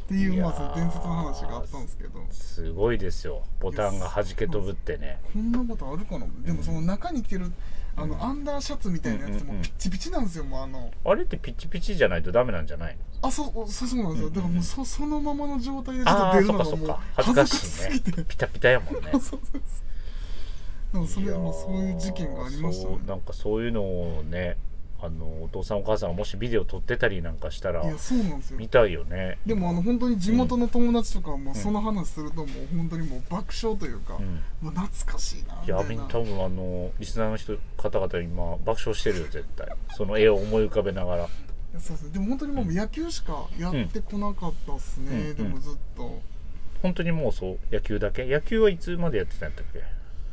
Speaker 2: っていう
Speaker 1: いや
Speaker 2: ま
Speaker 1: ー
Speaker 2: あその伝説の話があったんですけど
Speaker 1: すごいですよボタンが弾け飛ぶってね
Speaker 2: こんなことあるかなでもその中に着てるあのアンダーシャツみたいなやつ
Speaker 1: うんうんう
Speaker 2: も
Speaker 1: ん
Speaker 2: ピッチピチなんですよもうあの
Speaker 1: あれってピチピチじゃないとダメなんじゃないの
Speaker 2: あそうそうそうなんですよ
Speaker 1: うん
Speaker 2: だ
Speaker 1: うんう
Speaker 2: から
Speaker 1: ん
Speaker 2: もうそそのままの状態でちょっ
Speaker 1: あ
Speaker 2: と
Speaker 1: あ
Speaker 2: 出
Speaker 1: ー
Speaker 2: る
Speaker 1: そっかそ
Speaker 2: のが
Speaker 1: っ
Speaker 2: もう
Speaker 1: か恥ず
Speaker 2: 恥ずか
Speaker 1: か
Speaker 2: し
Speaker 1: し
Speaker 2: す
Speaker 1: いね
Speaker 2: ぎてそう
Speaker 1: ピタピタやもんね
Speaker 2: そうそうでもそれもそういう事件がありました
Speaker 1: いやーそう
Speaker 2: ね
Speaker 1: なんかそういうのをねあのお父さんお母さんがもしビデオ撮ってたりなんかしたら
Speaker 2: いやそうなんですよ
Speaker 1: 見たいよね
Speaker 2: でもあの本当に地元の友達とかはもうその話するともう本当にもう爆笑というか、
Speaker 1: うん
Speaker 2: もう懐かしいなみ
Speaker 1: いや
Speaker 2: た
Speaker 1: み
Speaker 2: い
Speaker 1: ん
Speaker 2: な
Speaker 1: な多分あのリスナーの人方々今爆笑してるよ絶対その絵を思い浮かべながら
Speaker 2: いやそうですねでも本当にもう野球しかやってこなかったっすね、
Speaker 1: うん
Speaker 2: でもずっと
Speaker 1: 本当にもうそう野球だけ野球はいつまでやってたんだっけ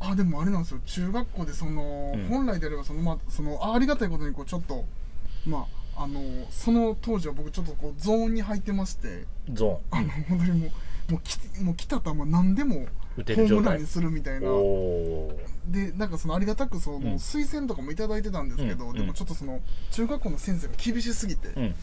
Speaker 2: あでもあれなんですよ中学校でその、
Speaker 1: うん
Speaker 2: 本来であればそのまあそのあありがたいことにこうちょっとまああのその当時は僕ちょっとこうゾーンに入ってまして
Speaker 1: ゾー
Speaker 2: あの本当にもうもうきもう来た球何でも
Speaker 1: ン打
Speaker 2: ホ
Speaker 1: てる
Speaker 2: ー
Speaker 1: 状
Speaker 2: ムラン
Speaker 1: 態
Speaker 2: にするみたいな
Speaker 1: おお
Speaker 2: でなんかそのありがたくその、
Speaker 1: ん
Speaker 2: 推薦とかもいただいてたんですけど、
Speaker 1: うん
Speaker 2: でもちょっとその中学校の先生が厳しすぎて、
Speaker 1: ーうん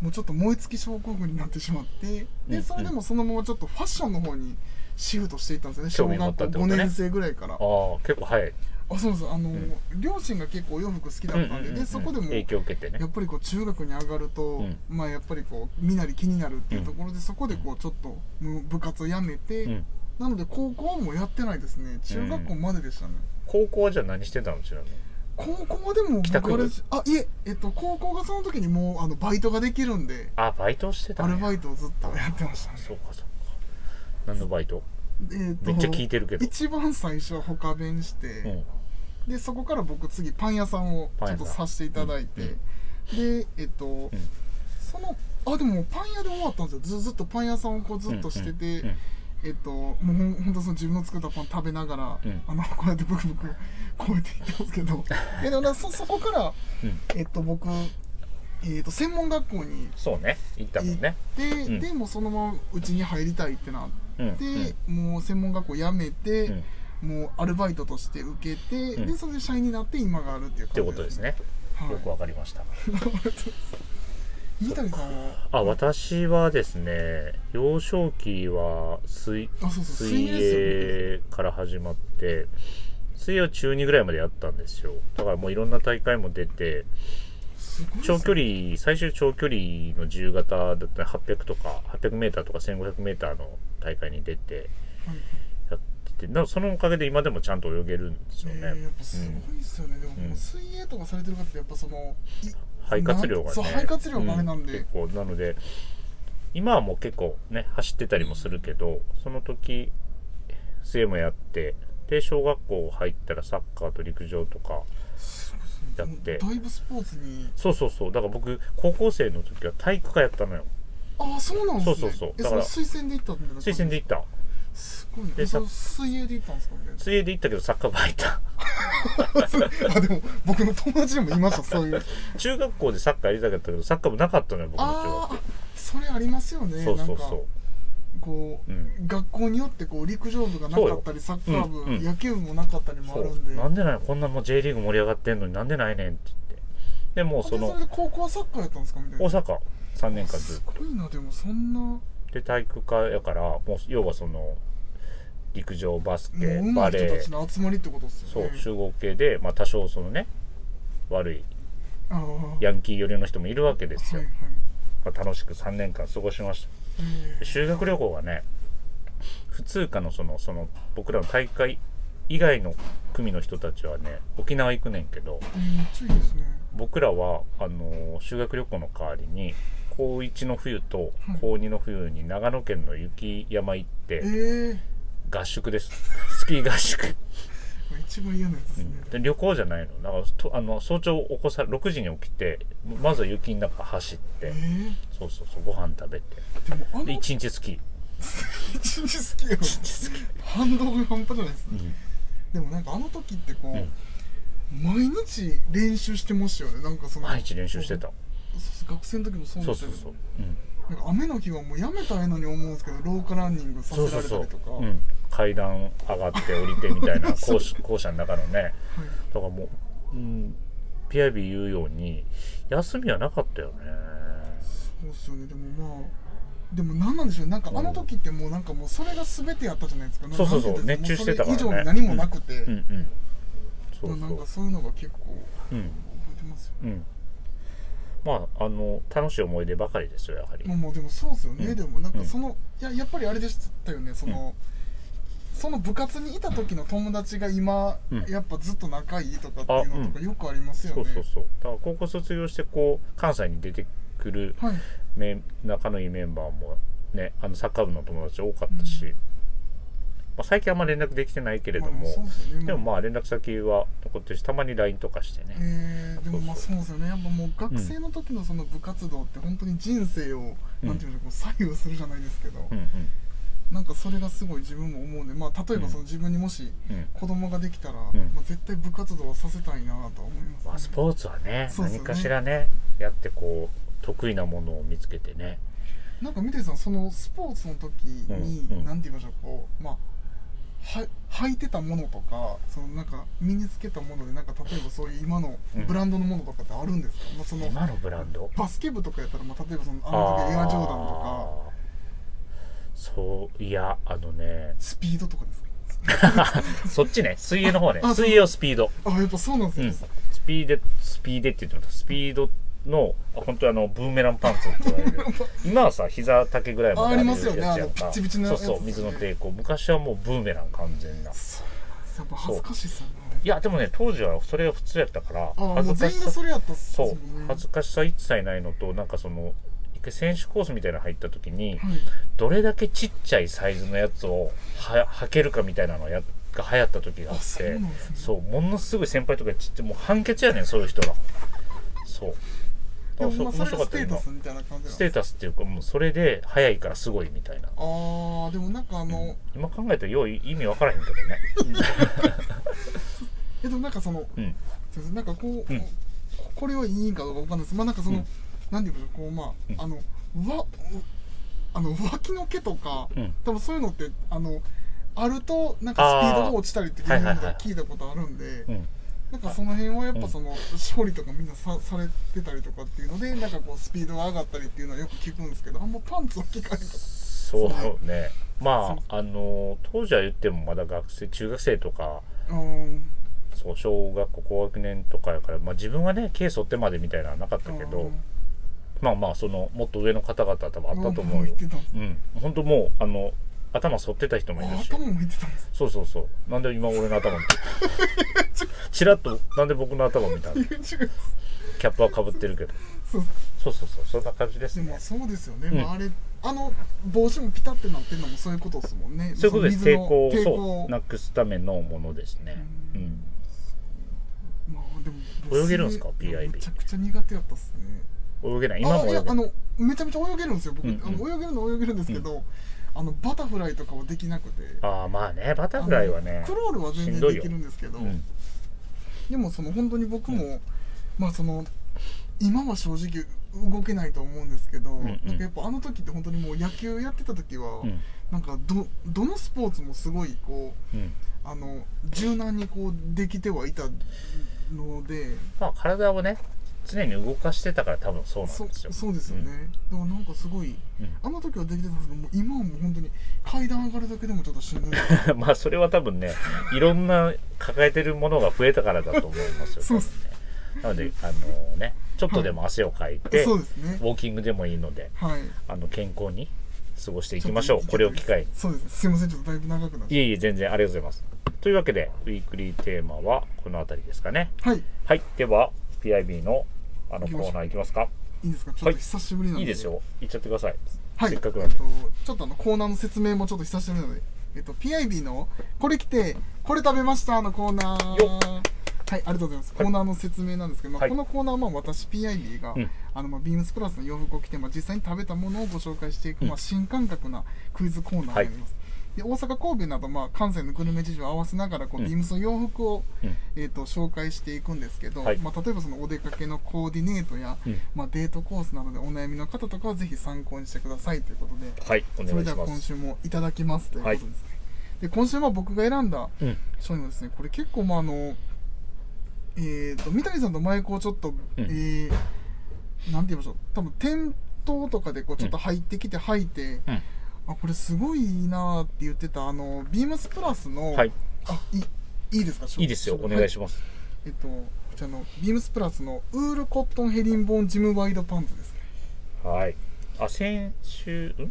Speaker 2: もうちょっと燃え尽き症候群になってしまって
Speaker 1: うん
Speaker 2: でそれでもそのままちょっとファッションの方にシフトしていったんですよ
Speaker 1: 興
Speaker 2: ね小
Speaker 1: 味
Speaker 2: 学
Speaker 1: 持った
Speaker 2: 校
Speaker 1: ってことね
Speaker 2: 5年生ぐらいから
Speaker 1: ああ結構早い
Speaker 2: あそうですあの、
Speaker 1: ん
Speaker 2: 両親が結構お洋服好きだったん
Speaker 1: うん
Speaker 2: で,、
Speaker 1: うんうんう
Speaker 2: で
Speaker 1: ん
Speaker 2: そこでも
Speaker 1: 影響受けてね
Speaker 2: やっぱりこう中学に上がると、
Speaker 1: ん
Speaker 2: まあやっぱりこう身なり気になるっていうところで、そこでこうちょっともう部活をやめて、
Speaker 1: うん
Speaker 2: なので高校はもうやってないですね中学校まででしたね、
Speaker 1: 高校はじゃあ何してたのちなみに
Speaker 2: 高校はでも
Speaker 1: 帰宅
Speaker 2: 僕あれあいえ、えっと、高校がその時にもうあのバイトができるんで
Speaker 1: あバイトしてた
Speaker 2: ア
Speaker 1: ね
Speaker 2: ルバイトをずっとやってましたね
Speaker 1: そうかそうか何のバイト
Speaker 2: えーと
Speaker 1: めっちゃ聞いてるけど
Speaker 2: 一番最初は他弁して、
Speaker 1: うん
Speaker 2: でそこから僕次パン屋さんをちょっとさせていただいて、
Speaker 1: パン屋
Speaker 2: でえっと、そのあでもパン屋で終わったんですよずずっとパン屋さんをこうずっとしてて、
Speaker 1: うんうん
Speaker 2: えっともうほんほんとその自分の作ったパン食べながら、
Speaker 1: うん
Speaker 2: あのこうやってブクブク超えていったんですけ どいやでもなそそこから、
Speaker 1: うん
Speaker 2: えっと僕、えっと専門学校に
Speaker 1: そうね行ったもんね
Speaker 2: で、
Speaker 1: うん
Speaker 2: でもうそのままうちに入りたいってなって。
Speaker 1: うん
Speaker 2: で、もう専門学校辞め
Speaker 1: うんうん
Speaker 2: て
Speaker 1: っ、
Speaker 2: もうアルバイトとして受けて、
Speaker 1: うん
Speaker 2: でそれで社員になって今があるっていう感じ
Speaker 1: てことですね
Speaker 2: はい、
Speaker 1: よくわかりました
Speaker 2: 三谷さんは
Speaker 1: あ私はですね幼少期は水
Speaker 2: あそうそう
Speaker 1: 水
Speaker 2: 水泳ですよね
Speaker 1: 泳から始まって水泳を中2ぐらいまでやったんですよだからもういろんな大会も出て
Speaker 2: すごい
Speaker 1: 長距離最終長距離の自由形だったら800とか 800m とか 1500m の大会に出て
Speaker 2: 離、はい
Speaker 1: やっててなそのおかげで今でもちゃんと泳げるんですよね、
Speaker 2: えーやっぱすごいですよね、でも
Speaker 1: うん
Speaker 2: もう水泳とかされてる方ってやっぱそのい
Speaker 1: 肺活量がね
Speaker 2: そう肺活量があれなんで
Speaker 1: 結構なので今はもう結構ね走ってたりもするけどその時水泳もやってで小学校入ったらサッカーと陸上とか
Speaker 2: すごいですね
Speaker 1: だって
Speaker 2: もうだいぶスポーツに
Speaker 1: そうそうそうだから僕高校生の時は体育科やったのよ
Speaker 2: ああそうなんですね
Speaker 1: そうそうそう
Speaker 2: え
Speaker 1: だ
Speaker 2: そ
Speaker 1: か
Speaker 2: の
Speaker 1: ら
Speaker 2: 推薦で行ったんだ
Speaker 1: 推薦で行った
Speaker 2: すごいね
Speaker 1: で
Speaker 2: え
Speaker 1: さ
Speaker 2: その水泳で行ったんですかね
Speaker 1: 水泳で行ったけどサッカー部入った
Speaker 2: あでも僕の友達でもいましたそういう
Speaker 1: 中学校でサッカーやりたかったけどサッカー部なかったのよ僕の中
Speaker 2: あ
Speaker 1: 学
Speaker 2: あそれありますよね
Speaker 1: そうそう
Speaker 2: なんか
Speaker 1: そ
Speaker 2: こう、
Speaker 1: うん
Speaker 2: 学校によってこう陸上部がなかったりサッカー部、
Speaker 1: うんうん
Speaker 2: 野球部もなかったり
Speaker 1: う
Speaker 2: もあ
Speaker 1: そ
Speaker 2: る
Speaker 1: うん
Speaker 2: で
Speaker 1: なんでないこんなもう J リーグ盛り上がってんのになんでないねんって言ってでもうそ
Speaker 2: そそ
Speaker 1: の
Speaker 2: れで高校はサッカーやったんですかみたい
Speaker 1: 大
Speaker 2: な
Speaker 1: 阪3年間ず
Speaker 2: す
Speaker 1: っと
Speaker 2: ごいなでもそんなも
Speaker 1: で体育科やからもう要はその陸上バス
Speaker 2: う
Speaker 1: ケ
Speaker 2: 上
Speaker 1: バ
Speaker 2: 手い
Speaker 1: レ
Speaker 2: 人た
Speaker 1: ー
Speaker 2: ちの集まりってことです
Speaker 1: そ
Speaker 2: よね
Speaker 1: う集合系で、まあ、多少そのね悪い
Speaker 2: あー
Speaker 1: ヤンキー寄りの人もいるわけです
Speaker 2: は
Speaker 1: よ
Speaker 2: い
Speaker 1: ま
Speaker 2: はい、、
Speaker 1: あ、楽しく3年間過ごしました
Speaker 2: え
Speaker 1: で修学旅行はね普通科のそのその僕らの大会以外の組の人たちはね沖縄行くねんけど
Speaker 2: ーめっちゃいいですね
Speaker 1: 僕らはあのー修学旅行の代わりに高1の冬と
Speaker 2: はい
Speaker 1: 高2の冬に長野県の雪山行って、
Speaker 2: えー、
Speaker 1: 合宿ですスキー合宿、
Speaker 2: まあ一番嫌なやつですね、
Speaker 1: で旅行じゃないのだからとあの早朝起こさ6時に起きてまずは雪の中走って、
Speaker 2: え
Speaker 1: そうそうそうご飯食べて
Speaker 2: ー、でもあの
Speaker 1: で
Speaker 2: 一
Speaker 1: 1日スキー
Speaker 2: 日好きよ反動が半端じゃないですね、でもなんかあの時ってこう、
Speaker 1: うん
Speaker 2: 毎日練習してましたよねなんかその
Speaker 1: 毎日練習してた
Speaker 2: そうそう学生の時もそう
Speaker 1: そ
Speaker 2: だ
Speaker 1: う
Speaker 2: った
Speaker 1: そ
Speaker 2: け
Speaker 1: う
Speaker 2: ど
Speaker 1: そう、うん、
Speaker 2: なんか雨の日はもうやめたらええのに思うんですけど廊下ランニングさせ
Speaker 1: そ
Speaker 2: ら
Speaker 1: うそ
Speaker 2: れた
Speaker 1: う
Speaker 2: り
Speaker 1: そう
Speaker 2: とか、
Speaker 1: う
Speaker 2: はい
Speaker 1: ん、階段上がって降りてみた いな校舎校舎の中のねだからもう、うん、ピアビ言うように休みはなかったよね
Speaker 2: そうっすよねでもまあでも何なんでしょうねなんかあの時ってもうなんかもうそれが全てやったじゃないですか、なんか
Speaker 1: そうそうそう
Speaker 2: なんていんです
Speaker 1: 熱中してたからね
Speaker 2: もうそれ以上に何もなくて、
Speaker 1: うんうんそう
Speaker 2: なんか
Speaker 1: そ
Speaker 2: そういうのが結構覚
Speaker 1: ううん
Speaker 2: えてますよ
Speaker 1: うんまああの楽しい思い出ばかりですよやはり
Speaker 2: まあまあでもそうですよね、
Speaker 1: うん
Speaker 2: でもなん
Speaker 1: う
Speaker 2: か
Speaker 1: ん
Speaker 2: その、いややっぱりあれでしたよねその、その部活にいた時の友達が今、
Speaker 1: うん
Speaker 2: やっぱずっと仲いいとかっていう
Speaker 1: あ
Speaker 2: のとか
Speaker 1: うん
Speaker 2: よくありますよ
Speaker 1: そ
Speaker 2: ね、
Speaker 1: うそうそうだから高校卒業してこう関西に出てくる
Speaker 2: はい
Speaker 1: め仲のいいメンバーもねあのサッカー部の友達多かったし、
Speaker 2: うん
Speaker 1: まあ、最近あんま連絡できてないけれど
Speaker 2: まあ
Speaker 1: も、
Speaker 2: そうですよね
Speaker 1: でもまあ連絡先は残ってるしたまに LINE とかしてね、
Speaker 2: えー、でもまあ
Speaker 1: そ
Speaker 2: そうですよねやっぱもう学生の時のその部活動って本当に人生を、
Speaker 1: うん
Speaker 2: なんていうんでしょうこう左右するじゃないですけど、
Speaker 1: うんうん
Speaker 2: なんかそれがすごい自分も思うんでまあ例えばその自分にもし
Speaker 1: うん
Speaker 2: 子供ができたら、
Speaker 1: ん
Speaker 2: まあ、絶対部活動はさせたいなとは思います、ね
Speaker 1: まあ、スポーツはね
Speaker 2: そうそうね
Speaker 1: 何かしらねやってこう得意なものを見つけてね
Speaker 2: なんか見てさんそのスポーツの時に、
Speaker 1: うんうん
Speaker 2: なんて言いましょうこうまあは履いてたものとかそのなんか身につけたものでなんか例えばそういう今の
Speaker 1: うん
Speaker 2: ブランドのものとかってあるんですか、まあ、その
Speaker 1: 今のブランド
Speaker 2: バスケ部とかやったら、まあ、例えばそのあの時エ
Speaker 1: あ
Speaker 2: ア
Speaker 1: あ
Speaker 2: ジョーダンとか
Speaker 1: ーそういやあのね
Speaker 2: スピードとかですか
Speaker 1: そっち ね水泳の方ね
Speaker 2: あそう
Speaker 1: 水泳をスピード
Speaker 2: あやっぱそうなんです
Speaker 1: う
Speaker 2: よ、
Speaker 1: ん、スピーデスピーデって言ってもらったスピードのあ本当あのブーメランパンツって言われる 今はさ膝丈ぐらいまで
Speaker 2: あありますよね
Speaker 1: やつやんか
Speaker 2: あのピッチピチのやつ
Speaker 1: そうそう水の抵抗昔はもうブーメラン完全な
Speaker 2: そうなんですやっぱ恥ずかしいですよねあれ
Speaker 1: いやでもね当時はそれが普通やったから
Speaker 2: あー
Speaker 1: 恥
Speaker 2: もう
Speaker 1: ずか
Speaker 2: 全
Speaker 1: し
Speaker 2: 員が
Speaker 1: さ
Speaker 2: それやったっす
Speaker 1: そう
Speaker 2: もんね
Speaker 1: 恥ずかしさ一切ないのとなんかその一回選手コースみたいなの入った時に
Speaker 2: はい
Speaker 1: どれだけちっちゃいサイズのやつをは履けるかみたいなのやが流行った時があ
Speaker 2: あ
Speaker 1: っ
Speaker 2: そう
Speaker 1: て
Speaker 2: なんですね
Speaker 1: そうものすごい先輩とかちっちゃいもう判決やねんそういう人らそう
Speaker 2: でもま
Speaker 1: だ
Speaker 2: あ
Speaker 1: からそ面
Speaker 2: それ
Speaker 1: 白か
Speaker 2: が
Speaker 1: っ
Speaker 2: ス
Speaker 1: た
Speaker 2: テ
Speaker 1: よ
Speaker 2: ータ
Speaker 1: 今
Speaker 2: スみたいな感じなん
Speaker 1: ステ
Speaker 2: で
Speaker 1: ータスっていうかもうそれで早いからすごいみたいな
Speaker 2: ああーでもなんかあの、
Speaker 1: 今考えたらよう意味わからへんけど ね
Speaker 2: えでもなんかその
Speaker 1: うん
Speaker 2: そうですなんかこう、
Speaker 1: うん
Speaker 2: これはいいんかどうかわかんないですまあなんかその、
Speaker 1: うん
Speaker 2: なんていうかこうまあ、あのわあの脇の毛とか、
Speaker 1: うん
Speaker 2: 多分そういうのってあのあるとなんかスピードが落ちたりっていうの
Speaker 1: あーはいはいはい
Speaker 2: が聞いたことあるんで、
Speaker 1: うん
Speaker 2: なんかその辺はやっぱその処理とかみんなさされてたりとかっていうのでなんかこうスピードが上がったりっていうのはよく聞くんですけどあんまパンツを聞かないとか
Speaker 1: そうねまああの当時は言ってもまだ学生中学生とか
Speaker 2: うーん
Speaker 1: そう小学校高学年とかやから、まあ、自分はね軽剃ってまでみたいなのはなかったけど、まあまあそのもっと上の方々は多分あ
Speaker 2: あ
Speaker 1: ったと思うよ
Speaker 2: 言っ、てたんです
Speaker 1: うん、本当もうあの頭剃ってた人もいる
Speaker 2: あ
Speaker 1: し
Speaker 2: 頭も言ってたんです
Speaker 1: そうそうそうなんで今俺の頭見 てチラッとなんで僕の頭見たの
Speaker 2: YouTube
Speaker 1: キャップはかぶってるけど
Speaker 2: そう
Speaker 1: そうそうそうそんな感じです
Speaker 2: でも
Speaker 1: ね
Speaker 2: そうですよね、
Speaker 1: うん
Speaker 2: まあ、あれあの帽子もピタってなってるのもそういうことですもんね
Speaker 1: そういうことです
Speaker 2: その
Speaker 1: 抵
Speaker 2: 水の
Speaker 1: 抗を
Speaker 2: 抵
Speaker 1: そ
Speaker 2: 抗
Speaker 1: うなくすためのものですね
Speaker 2: う
Speaker 1: うんん
Speaker 2: まあでも
Speaker 1: 泳げるんすか
Speaker 2: 僕
Speaker 1: PIB
Speaker 2: めちゃくちゃ苦手やったっすね
Speaker 1: 泳げない今も
Speaker 2: あい
Speaker 1: 泳げ
Speaker 2: や
Speaker 1: な
Speaker 2: あ
Speaker 1: い
Speaker 2: のめちゃめちゃ泳げるんですよ僕、
Speaker 1: うんうん
Speaker 2: あの泳げるのは泳げるんですけど、あのバタフライとかはできなくて
Speaker 1: ああまあねバタフライはね
Speaker 2: あのクロールは全
Speaker 1: しん
Speaker 2: 然
Speaker 1: どい
Speaker 2: で
Speaker 1: よ
Speaker 2: きるんですけど、
Speaker 1: うん
Speaker 2: でもその本当に僕も、まあその今は正直動けないと思うんですけど、
Speaker 1: んうん
Speaker 2: なんかやっぱあの時って本当にもう野球やってた時は、
Speaker 1: うん
Speaker 2: なんかどどのスポーツもすごいこう
Speaker 1: うん
Speaker 2: あの柔軟にこうできてはいたので
Speaker 1: まあ体をね常に動かしてたから多分そうなん
Speaker 2: そ
Speaker 1: ですよ
Speaker 2: そうですよね、だからなんかすごい
Speaker 1: うん
Speaker 2: あの時はできてたんですけどもう今はもう本当に階段上がるだけでもちょっとしんどい
Speaker 1: まあそれは多分ねいろんな抱えてるものが増えたからだと思いますよ
Speaker 2: そうっす
Speaker 1: 多分ねなのであのねちょっと でも汗をかいて、
Speaker 2: そうですね
Speaker 1: ウォーキングでもいいので
Speaker 2: はい
Speaker 1: あの健康に過ごしていきましょうこれを機会に
Speaker 2: そうですすいませんちょっとだいぶ長くなっ
Speaker 1: い
Speaker 2: て
Speaker 1: えいえ全然ありがとうございますというわけでウィークリーテーマはこの辺りですかね
Speaker 2: はい
Speaker 1: はいでは PIB のあの
Speaker 2: 行き
Speaker 1: コ
Speaker 2: ましょう
Speaker 1: ーナーいきますか
Speaker 2: いいですかちょっと久しぶりなので、
Speaker 1: いいですよ行っちゃってください
Speaker 2: はい
Speaker 1: せっかく
Speaker 2: え
Speaker 1: なん
Speaker 2: っ
Speaker 1: で
Speaker 2: とちょっとあのコーナーの説明もちょっと久しぶりなのでえっと PIB のこれ来てこれ食べましたのコーナー
Speaker 1: よ
Speaker 2: はい、ありがとうございます。
Speaker 1: はい
Speaker 2: コーナーの説明なんですけど、まあ
Speaker 1: はい
Speaker 2: このコーナーはまあ私 PIB が、
Speaker 1: うん
Speaker 2: あのまあビームスプラスの洋服を着て、まあ、実際に食べたものをご紹介していく、
Speaker 1: うん
Speaker 2: まあ、新感覚なクイズコーナーになります。で大阪、神戸など、まあ、関西のグルメ事情を合わせながらこう、
Speaker 1: うん
Speaker 2: ビームスの洋服を、
Speaker 1: うん
Speaker 2: えー、と紹介していくんですけど、
Speaker 1: はい
Speaker 2: まあ、例えばそのお出かけのコーディネートや、
Speaker 1: うん
Speaker 2: まあ、デートコースなどでお悩みの方とかはぜひ参考にしてくださいということで
Speaker 1: はいお
Speaker 2: そ
Speaker 1: 願
Speaker 2: れ
Speaker 1: い
Speaker 2: で
Speaker 1: し
Speaker 2: は
Speaker 1: ま
Speaker 2: 今
Speaker 1: す
Speaker 2: 週もいただきますということですね。で今週は僕が選んだ
Speaker 1: うん
Speaker 2: 商品はですねこれ結構まああのえー、と三谷さんと前こうちょっと、えーなんて言いましょう多分店頭とかでこうちょっと入ってきて履いて、
Speaker 1: うん
Speaker 2: あこれすごいいいなーって言ってたあのビームスプラスの、
Speaker 1: はい
Speaker 2: あいいいいですか
Speaker 1: いいですよお願い
Speaker 2: ます、
Speaker 1: します
Speaker 2: はいえっ、とこちらのビームスプラスのウールコットンヘリンボーンジムワイドパンツですね
Speaker 1: はいあ先週ん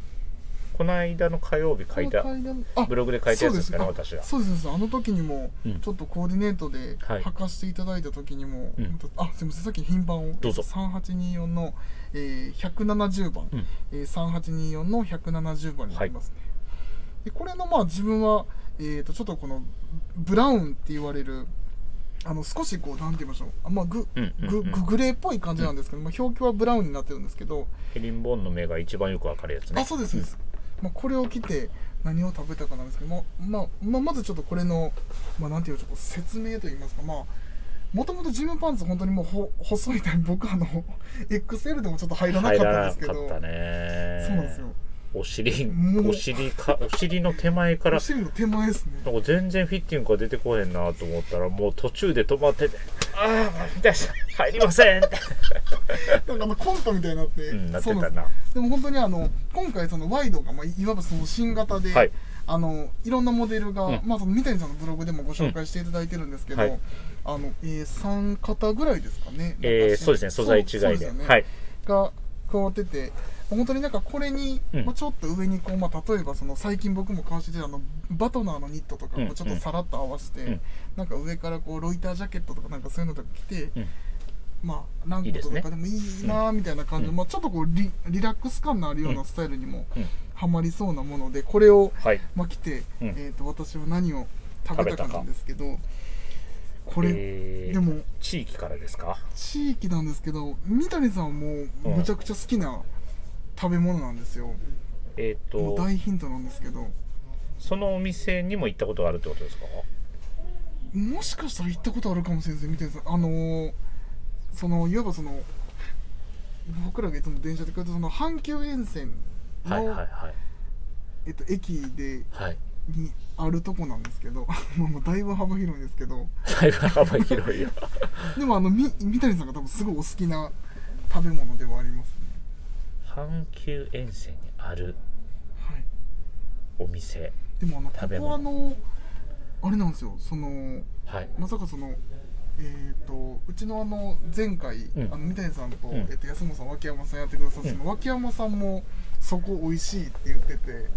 Speaker 1: この間の火曜日書いた
Speaker 2: この階段あ
Speaker 1: ブログで書いたやつですかね
Speaker 2: そう
Speaker 1: 私が
Speaker 2: あそうですそうですあの時にも
Speaker 1: うん
Speaker 2: ちょっとコーディネートで
Speaker 1: はい
Speaker 2: 履かせていただいた時にも、
Speaker 1: うん
Speaker 2: 本当あすみませんさっき品番を
Speaker 1: どうぞ
Speaker 2: 3824の、えー、170番、
Speaker 1: うん
Speaker 2: えー、3824の170番になりますね、でこれのまあ自分は、えー、とちょっとこのブラウンって言われるあの少しこうなんて言いましょうあまあグ,
Speaker 1: うんうんう
Speaker 2: グ、
Speaker 1: ん
Speaker 2: ググレーっぽい感じなんですけど、まあ、表記はブラウンになってるんですけど
Speaker 1: ヘリンボーンの目が一番よくわかるやつね
Speaker 2: あそうですそうです、まあ、これを着て何を食べたかなんですけども、まあまあ、まずちょっとこれの、まあ、なんていうんでしょうこう説明といいますかまあもともとジムパンツ本当にもうほ細いタイプ僕あの XL でもちょっと入らなかっ
Speaker 1: 入ら
Speaker 2: たん
Speaker 1: な
Speaker 2: ですけ
Speaker 1: か
Speaker 2: ど
Speaker 1: ったね
Speaker 2: そうなんですよ
Speaker 1: お尻
Speaker 2: もう
Speaker 1: お尻かお尻の手前から
Speaker 2: お尻の手前ですね
Speaker 1: なんか全然フィッティングが出てこへんなと思ったらもう途中で止まってて「ああみたいな入りません!」って、
Speaker 2: なんかあのコントみたいになって,、
Speaker 1: うん、なって
Speaker 2: そ
Speaker 1: た
Speaker 2: うなん
Speaker 1: な
Speaker 2: ですでも本当にあの今回そのワイドが、まあ、いいわばその新型で、
Speaker 1: はい
Speaker 2: あのいろんなモデルが、
Speaker 1: うん
Speaker 2: まあ、その三谷さんのブログでもご紹介していただいてるんですけど、
Speaker 1: うんはい
Speaker 2: あのえー、3型ぐらいですかね、
Speaker 1: えー、
Speaker 2: なんか
Speaker 1: そうですね素材違い
Speaker 2: そう
Speaker 1: で
Speaker 2: うすよね
Speaker 1: はい
Speaker 2: が加わってて本当になんかこれに、
Speaker 1: うん
Speaker 2: まあ、ちょっと上にこう、まあ、例えばその最近僕も買わしてたあのバトナーのニットとか
Speaker 1: うん
Speaker 2: もちょっとさらっと合わせて、
Speaker 1: うん
Speaker 2: なんか上からこうロイタージャケットとかなんかそういうのとか着て、
Speaker 1: うん
Speaker 2: まあランコとかでもいいなーみたいな感じで、
Speaker 1: うん
Speaker 2: まあ、ちょっとこうリリラックス感のあるよう
Speaker 1: う
Speaker 2: なんスタイルにも
Speaker 1: うん
Speaker 2: はまりそうなものでこれを、
Speaker 1: はい
Speaker 2: まあ、着て、
Speaker 1: うん
Speaker 2: えー、と私は何を食べたかなんですけどこれ、
Speaker 1: えー、
Speaker 2: でも
Speaker 1: 地域からですか
Speaker 2: 地域なんですけど三谷さんはもうむちゃくちゃ好きな食べ物なんですよ、
Speaker 1: えっ、
Speaker 2: もう
Speaker 1: と
Speaker 2: 大ヒントなんですけど
Speaker 1: そのお店にも行ったことがあるってことですか
Speaker 2: もしかしたら行ったことあるかもしれないですよ三谷さんあのーそのいわばその僕らがいつも電車で来るとその阪急沿線の、
Speaker 1: はいはいはい
Speaker 2: えっと、駅で
Speaker 1: はい
Speaker 2: にあるとこなんですけど まあまあだいぶ幅広いんですけど
Speaker 1: だいぶ幅広いよ
Speaker 2: でもあのみ三谷さんが多分すごいお好きな食べ物ではありますね
Speaker 1: 阪急沿線にある
Speaker 2: はい
Speaker 1: お店
Speaker 2: でもあの
Speaker 1: 食べ
Speaker 2: ここはあのあれなんですよその
Speaker 1: はい
Speaker 2: まさかそのえー、とうちのあの前回、
Speaker 1: うん
Speaker 2: あの三谷さんと,、
Speaker 1: うん
Speaker 2: えっと安本さん脇山さんやってくださって、
Speaker 1: うん
Speaker 2: その脇山さんもそこ美味しいって言ってて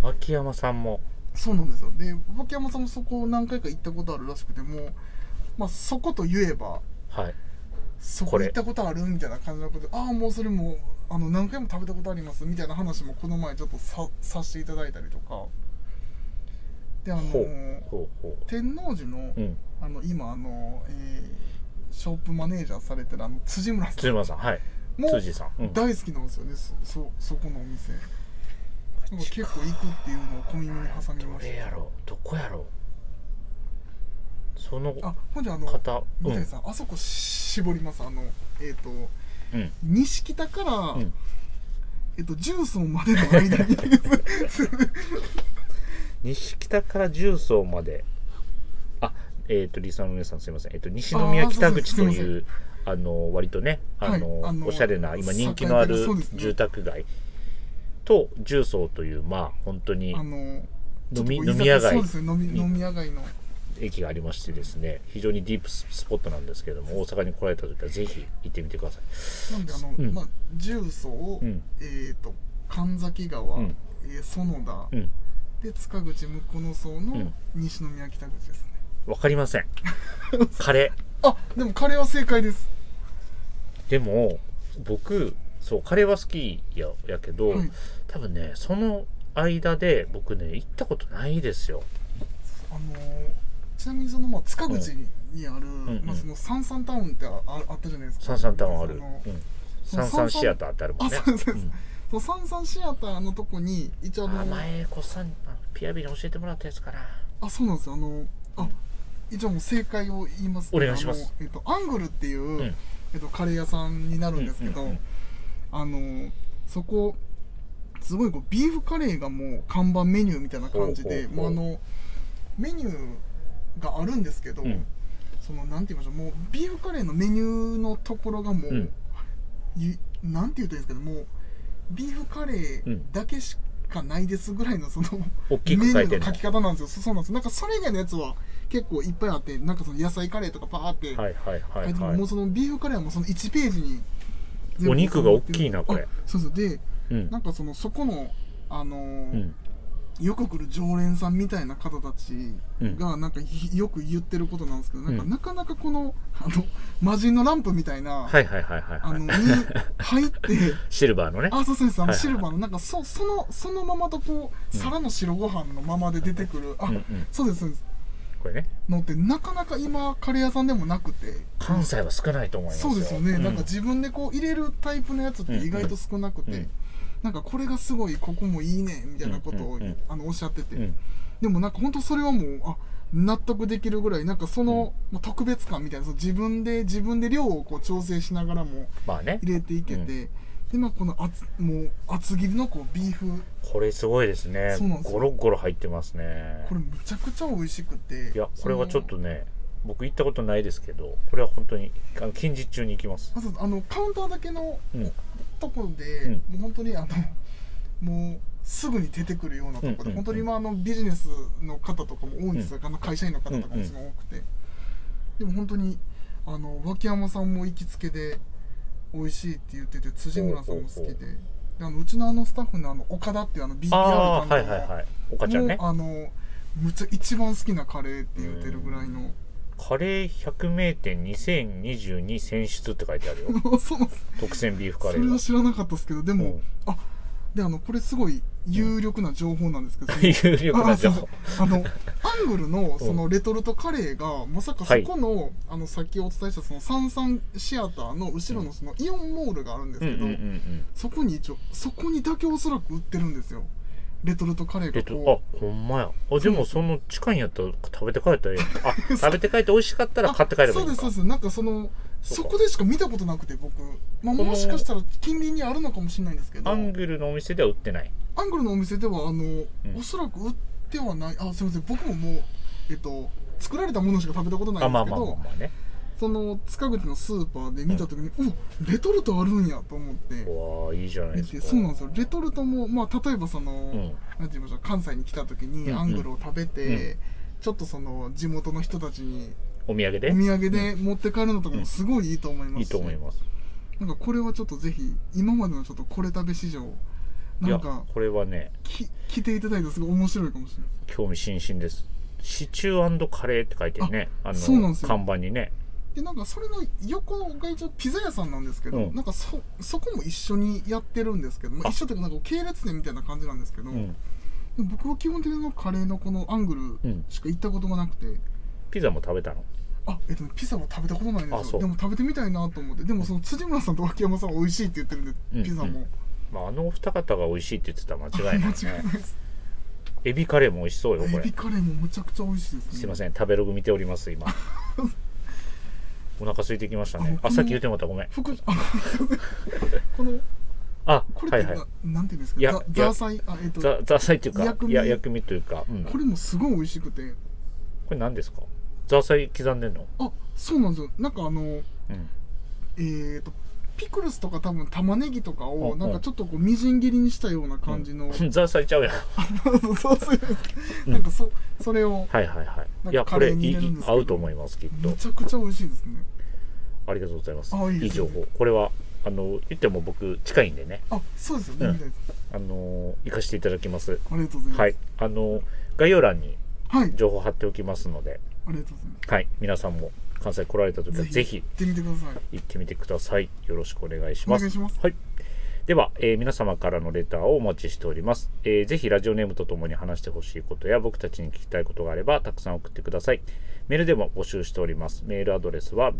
Speaker 1: 脇山さんも
Speaker 2: そうなんですよで脇山さんもそこ何回か行ったことあるらしくてもう、まあ、そこと言えば
Speaker 1: はい
Speaker 2: そ
Speaker 1: こ
Speaker 2: こ
Speaker 1: れ
Speaker 2: 行ったことあるみたいな感じのことでああもうそれもあの何回も食べたことありますみたいな話もこの前ちょっとささせていただいたりとかであの
Speaker 1: ほうほうほ
Speaker 2: 天王寺の
Speaker 1: ううん
Speaker 2: あの今あの、えーショップマネージャーされてるあの辻村さ
Speaker 1: 辻
Speaker 2: ん
Speaker 1: 村さんはい
Speaker 2: も
Speaker 1: 辻さん、うん、
Speaker 2: 大好きなんですよね、そそそこのお店なんか結構行くっていうのを小耳に挟み
Speaker 1: ど
Speaker 2: まし
Speaker 1: れや
Speaker 2: た
Speaker 1: ろうどこやろうその
Speaker 2: あほんであの
Speaker 1: 方、う
Speaker 2: 三
Speaker 1: ん
Speaker 2: 谷さん、あそこ絞りますあのえっ、と
Speaker 1: うん
Speaker 2: 西北から、
Speaker 1: うん、
Speaker 2: えっと重曹までの間 に
Speaker 1: 西北から重曹まであえっ、とリスナーの皆さんすいません、えっと西宮北口と
Speaker 2: あーそうですすいま
Speaker 1: いうあの割とねあの、
Speaker 2: はいあの
Speaker 1: おしゃれな今人気のある
Speaker 2: そうですね
Speaker 1: 住宅街と重曹というまあ本当に
Speaker 2: あの
Speaker 1: 飲み
Speaker 2: ちょっとこう
Speaker 1: 飲み屋街
Speaker 2: そうですね飲み飲み屋街の
Speaker 1: 駅がありましてですね非常にディープスポットなんですけども大阪に来られた時はぜひ行ってみてください。
Speaker 2: なんであの、
Speaker 1: うん
Speaker 2: まあ重曹、
Speaker 1: うん
Speaker 2: えっ、と神崎川、
Speaker 1: うん
Speaker 2: えー園田、
Speaker 1: うん
Speaker 2: で塚口向野荘
Speaker 1: う
Speaker 2: の
Speaker 1: ん
Speaker 2: 西宮北口ですね、
Speaker 1: わかりませ んカレ
Speaker 2: あでもカレーは正解です
Speaker 1: ーでも僕そうカレーは好きややけど、
Speaker 2: はい
Speaker 1: 多分ねその間で僕ね行ったことないですよ
Speaker 2: あのーちなみにその、まあ、塚口に,、ある、
Speaker 1: んうん
Speaker 2: まあ、そのサンサンタウンってあああったじゃないですか
Speaker 1: サンサンタウンある、
Speaker 2: その
Speaker 1: うん、
Speaker 2: そ
Speaker 1: サ
Speaker 2: の
Speaker 1: ンサンシアターってあるもんね
Speaker 2: あそうそうそう
Speaker 1: うん
Speaker 2: そうサンサンシアターのとこに一応あの
Speaker 1: あ前こっさんあピアビに教えてもらったやつかな
Speaker 2: あそうなんですよあのあ一応もう正解を言います
Speaker 1: お願いします
Speaker 2: あのえっと、アングルっていう、
Speaker 1: ん
Speaker 2: えっと、カレー屋さんになるんですけど、
Speaker 1: うんうんうん
Speaker 2: あのそこすごいこうビーフカレーがもう看板メニューみたいな感じで
Speaker 1: ほうほうほう
Speaker 2: もうあのメニューがあるんですけど、
Speaker 1: うん
Speaker 2: そのなんて言いましょうもうビーフカレーのメニューのところがもう、
Speaker 1: うん
Speaker 2: ゆなんて言ったらいいんですかねもうビーフカレーだけしかないですぐらいのその、
Speaker 1: 大きく
Speaker 2: メニ
Speaker 1: 書
Speaker 2: ュ
Speaker 1: いて
Speaker 2: ー
Speaker 1: る
Speaker 2: の
Speaker 1: の
Speaker 2: 書き方なんですよそうそうなんですよなんかそれ以外のやつは結構いっぱいあってなんかその野菜カレーとかパーって書い
Speaker 1: はいはいは
Speaker 2: て
Speaker 1: い
Speaker 2: る、
Speaker 1: は
Speaker 2: もう
Speaker 1: い
Speaker 2: そのビーフカレーはもうその1ページに全部
Speaker 1: お肉が大きいな
Speaker 2: あ
Speaker 1: これ
Speaker 2: そうそうで
Speaker 1: うん
Speaker 2: なんかそのそこのあのー
Speaker 1: うん
Speaker 2: よく来る常連さんみたいな方たちがなんかひよく言ってることなんですけど、なんか
Speaker 1: うん
Speaker 2: なかなかこのあの魔人のランプみたいな、
Speaker 1: はいはいはいはい
Speaker 2: あの
Speaker 1: はい
Speaker 2: に入って
Speaker 1: シルバーのね
Speaker 2: あそうそうですあ
Speaker 1: はい
Speaker 2: の
Speaker 1: はい
Speaker 2: シルバーのなんかそそのそのままとこう皿の白ご飯のままで出てくる、あ、
Speaker 1: うんうん
Speaker 2: そうですそうです
Speaker 1: これね
Speaker 2: のってなかなか今カレー屋さんでもなくて
Speaker 1: 関西は少ないと思いますよ
Speaker 2: そうですよね、
Speaker 1: うん
Speaker 2: なんか自分でこう入れるタイプのやつって意外と少なくて、
Speaker 1: うんうん
Speaker 2: なんかこれがすごいここもいいねみたいなことを、
Speaker 1: うんうん
Speaker 2: あのおっしゃってて、
Speaker 1: うん
Speaker 2: でもなんか本当それはもうあ納得できるぐらいなんかその、まあ特別感みたいなその自分で自分で量をこう調整しながらも
Speaker 1: まあね
Speaker 2: 入れていけて、
Speaker 1: うん
Speaker 2: でまあこの厚もう厚切りのこうビーフ
Speaker 1: これすごいですね
Speaker 2: そうなんですよ
Speaker 1: ゴロゴロ入ってますね
Speaker 2: これめちゃくちゃ美味しくて
Speaker 1: いやこれはちょっ
Speaker 2: そ
Speaker 1: と
Speaker 2: の
Speaker 1: ね僕行ったことないですけどこれは本当にあの近日中に行きます
Speaker 2: まずあのカウンターだけの
Speaker 1: うん
Speaker 2: ところで、
Speaker 1: ん
Speaker 2: もう本当にあのもうすぐに出てくるようなとこ
Speaker 1: う
Speaker 2: ろで、
Speaker 1: んうんうん
Speaker 2: 本当に今あのビジネスの方とかも多いんですよ、あの会社員の方とかもすごい多くて、でも本当にあの脇山さんも行きつけで美味しいって言ってて辻村さんも好き
Speaker 1: ほうほ
Speaker 2: で
Speaker 1: う
Speaker 2: であのうちのあのスタッフのあの岡田っていうあの BPR
Speaker 1: ああ
Speaker 2: 担当
Speaker 1: はいはいはいおかちゃんね
Speaker 2: もうあのむちゃ一番好きなカレーって言ってるぐらいの、
Speaker 1: カレー100名店2022選出って書いてあるよ
Speaker 2: そうなんです
Speaker 1: 特選ビーフカ
Speaker 2: そ
Speaker 1: レ
Speaker 2: れ
Speaker 1: ー
Speaker 2: は
Speaker 1: が
Speaker 2: 知らなかったですけどでも、
Speaker 1: うん
Speaker 2: あであのこれすごい有力な情報なんですけど、
Speaker 1: 有力な
Speaker 2: あそ
Speaker 1: 情
Speaker 2: う
Speaker 1: 報
Speaker 2: あのアングルのそのレトルトカレーがまさかそこの,、あのさっきお伝えしたそのサンサンシアターの後ろのそのイオンモールがあるんです
Speaker 1: うん
Speaker 2: け
Speaker 1: うんう
Speaker 2: ど、
Speaker 1: んうん
Speaker 2: そこに一応そこにだけおそらく売ってるんですよレトルトカレー
Speaker 1: え
Speaker 2: が
Speaker 1: っ、
Speaker 2: こ
Speaker 1: あ
Speaker 2: と
Speaker 1: ほんまやあでもその近いんやったら食べて帰ったらええやん あ食べて帰って美味しかった
Speaker 2: う
Speaker 1: ら買って帰ればいい
Speaker 2: あそうで
Speaker 1: の
Speaker 2: す
Speaker 1: か
Speaker 2: そうですなんかその
Speaker 1: そう
Speaker 2: そ
Speaker 1: か
Speaker 2: こでしか見たことなくて僕、まあ、
Speaker 1: この
Speaker 2: もしかしたら近隣にあるのかもしれないんですけど
Speaker 1: アングルのお店では売ってない
Speaker 2: アングルのお店ではあの、
Speaker 1: ん
Speaker 2: おそらく売ってはないあすみません僕ももうえっと作られたものしか食べたことない
Speaker 1: あ
Speaker 2: ん
Speaker 1: ま
Speaker 2: で
Speaker 1: すあ
Speaker 2: けど、
Speaker 1: まあまあまあね
Speaker 2: その塚口のスーパーで見た時に、うおレトルトあるんやと思って
Speaker 1: うわーいいじゃないで
Speaker 2: 見
Speaker 1: す
Speaker 2: て
Speaker 1: か
Speaker 2: そうなんですよレトルトもまあ例えばその、
Speaker 1: ん
Speaker 2: なんて言いましょう関西に来た時
Speaker 1: うん
Speaker 2: に
Speaker 1: うん
Speaker 2: アングルを食べて、
Speaker 1: うん
Speaker 2: ちょっとその地元の人たちに
Speaker 1: お土産
Speaker 2: お
Speaker 1: で
Speaker 2: 土産で持って帰るのとかもすごいいいと思いますし、
Speaker 1: いいと思います
Speaker 2: なんかこれはちょっとぜひ今までのちょっとこれ食べ史上
Speaker 1: い
Speaker 2: な
Speaker 1: や
Speaker 2: んか
Speaker 1: これはね
Speaker 2: き来ていただいたらすごい面白いかもしれない
Speaker 1: 興味津々ですシチューカレーって書いてるねあの
Speaker 2: そうなんですよ
Speaker 1: 看板にね
Speaker 2: でなんかそれの横が一応ピザ屋さんなんですけど、
Speaker 1: うん
Speaker 2: なんかそそこも一緒にやってるんですけど、まあ、
Speaker 1: あ
Speaker 2: 一緒というかなんか系列店みたいな感じなんですけど、
Speaker 1: うん
Speaker 2: でも僕は基本的にあのカレーのこのアング
Speaker 1: う
Speaker 2: ル
Speaker 1: ん
Speaker 2: しか行ったことがなくて、
Speaker 1: ピザも食べたの
Speaker 2: あえっとねピザは食べたことないん
Speaker 1: あ
Speaker 2: です
Speaker 1: そう
Speaker 2: よでも食べてみたいなと思ってでもその辻村さんと脇山さんは美味しいって言ってるんで、
Speaker 1: うん
Speaker 2: ピザも、
Speaker 1: まああのお二方が美味しいって言ってたら間違い
Speaker 2: 間
Speaker 1: ない
Speaker 2: 違いないです
Speaker 1: エビカレーも美味しそうよこ
Speaker 2: エ
Speaker 1: れ
Speaker 2: ビカレーもむちゃくちゃ美味しいですね
Speaker 1: すいま
Speaker 2: ん
Speaker 1: せん食べログ見ております 今お腹空いてきましたね
Speaker 2: あ
Speaker 1: あさっき言ってもらったごめん
Speaker 2: 福 あこの
Speaker 1: あ
Speaker 2: これっ
Speaker 1: は
Speaker 2: て
Speaker 1: い
Speaker 2: な,、
Speaker 1: はい
Speaker 2: んていうんです
Speaker 1: いや
Speaker 2: かザザーサイあえっ、と
Speaker 1: ザザーサイっていうか
Speaker 2: 薬味
Speaker 1: いや薬味というか、うん、
Speaker 2: こ
Speaker 1: これ
Speaker 2: れもすごい美味しくて
Speaker 1: 何ですかザーサイ刻んでんの、
Speaker 2: あそうなんですよなんかあの
Speaker 1: うん、
Speaker 2: えー、とピクルスとか多分玉ねぎとか
Speaker 1: う
Speaker 2: を
Speaker 1: ん
Speaker 2: なんかちょっとこうみじん切りにしたような感じの、
Speaker 1: うんザーサイちゃうやん
Speaker 2: そう そうなんかそそれを
Speaker 1: はいはいは
Speaker 2: ないん
Speaker 1: いや
Speaker 2: かカ
Speaker 1: こ
Speaker 2: レ
Speaker 1: れ
Speaker 2: ー
Speaker 1: い
Speaker 2: に入
Speaker 1: い
Speaker 2: れるんですけど
Speaker 1: 合うと思いますきっと
Speaker 2: めちゃくちゃ美味しいですね
Speaker 1: ありがとうございます
Speaker 2: あいいです
Speaker 1: いい情報これはあの言っても僕近いんでね
Speaker 2: あそうですよね、
Speaker 1: うん
Speaker 2: みたいです
Speaker 1: あの行かせていただきます
Speaker 2: ありがとうございます
Speaker 1: はいあの概要欄に
Speaker 2: はい、
Speaker 1: 情報貼っておきますので
Speaker 2: ありがとうございます
Speaker 1: はい皆さんも関西来られた時はぜひ
Speaker 2: 行ってみてください
Speaker 1: 行ってみてくださいよろしくお願いし
Speaker 2: お
Speaker 1: ま
Speaker 2: 願
Speaker 1: す
Speaker 2: いします
Speaker 1: はい。では、えー皆様からのレターをお待ちしております。えーぜひラジオネームとともに話してほしいことや僕たちに聞きたいことがあればたくさん送ってください。メールでも募集しております。メールアドレスは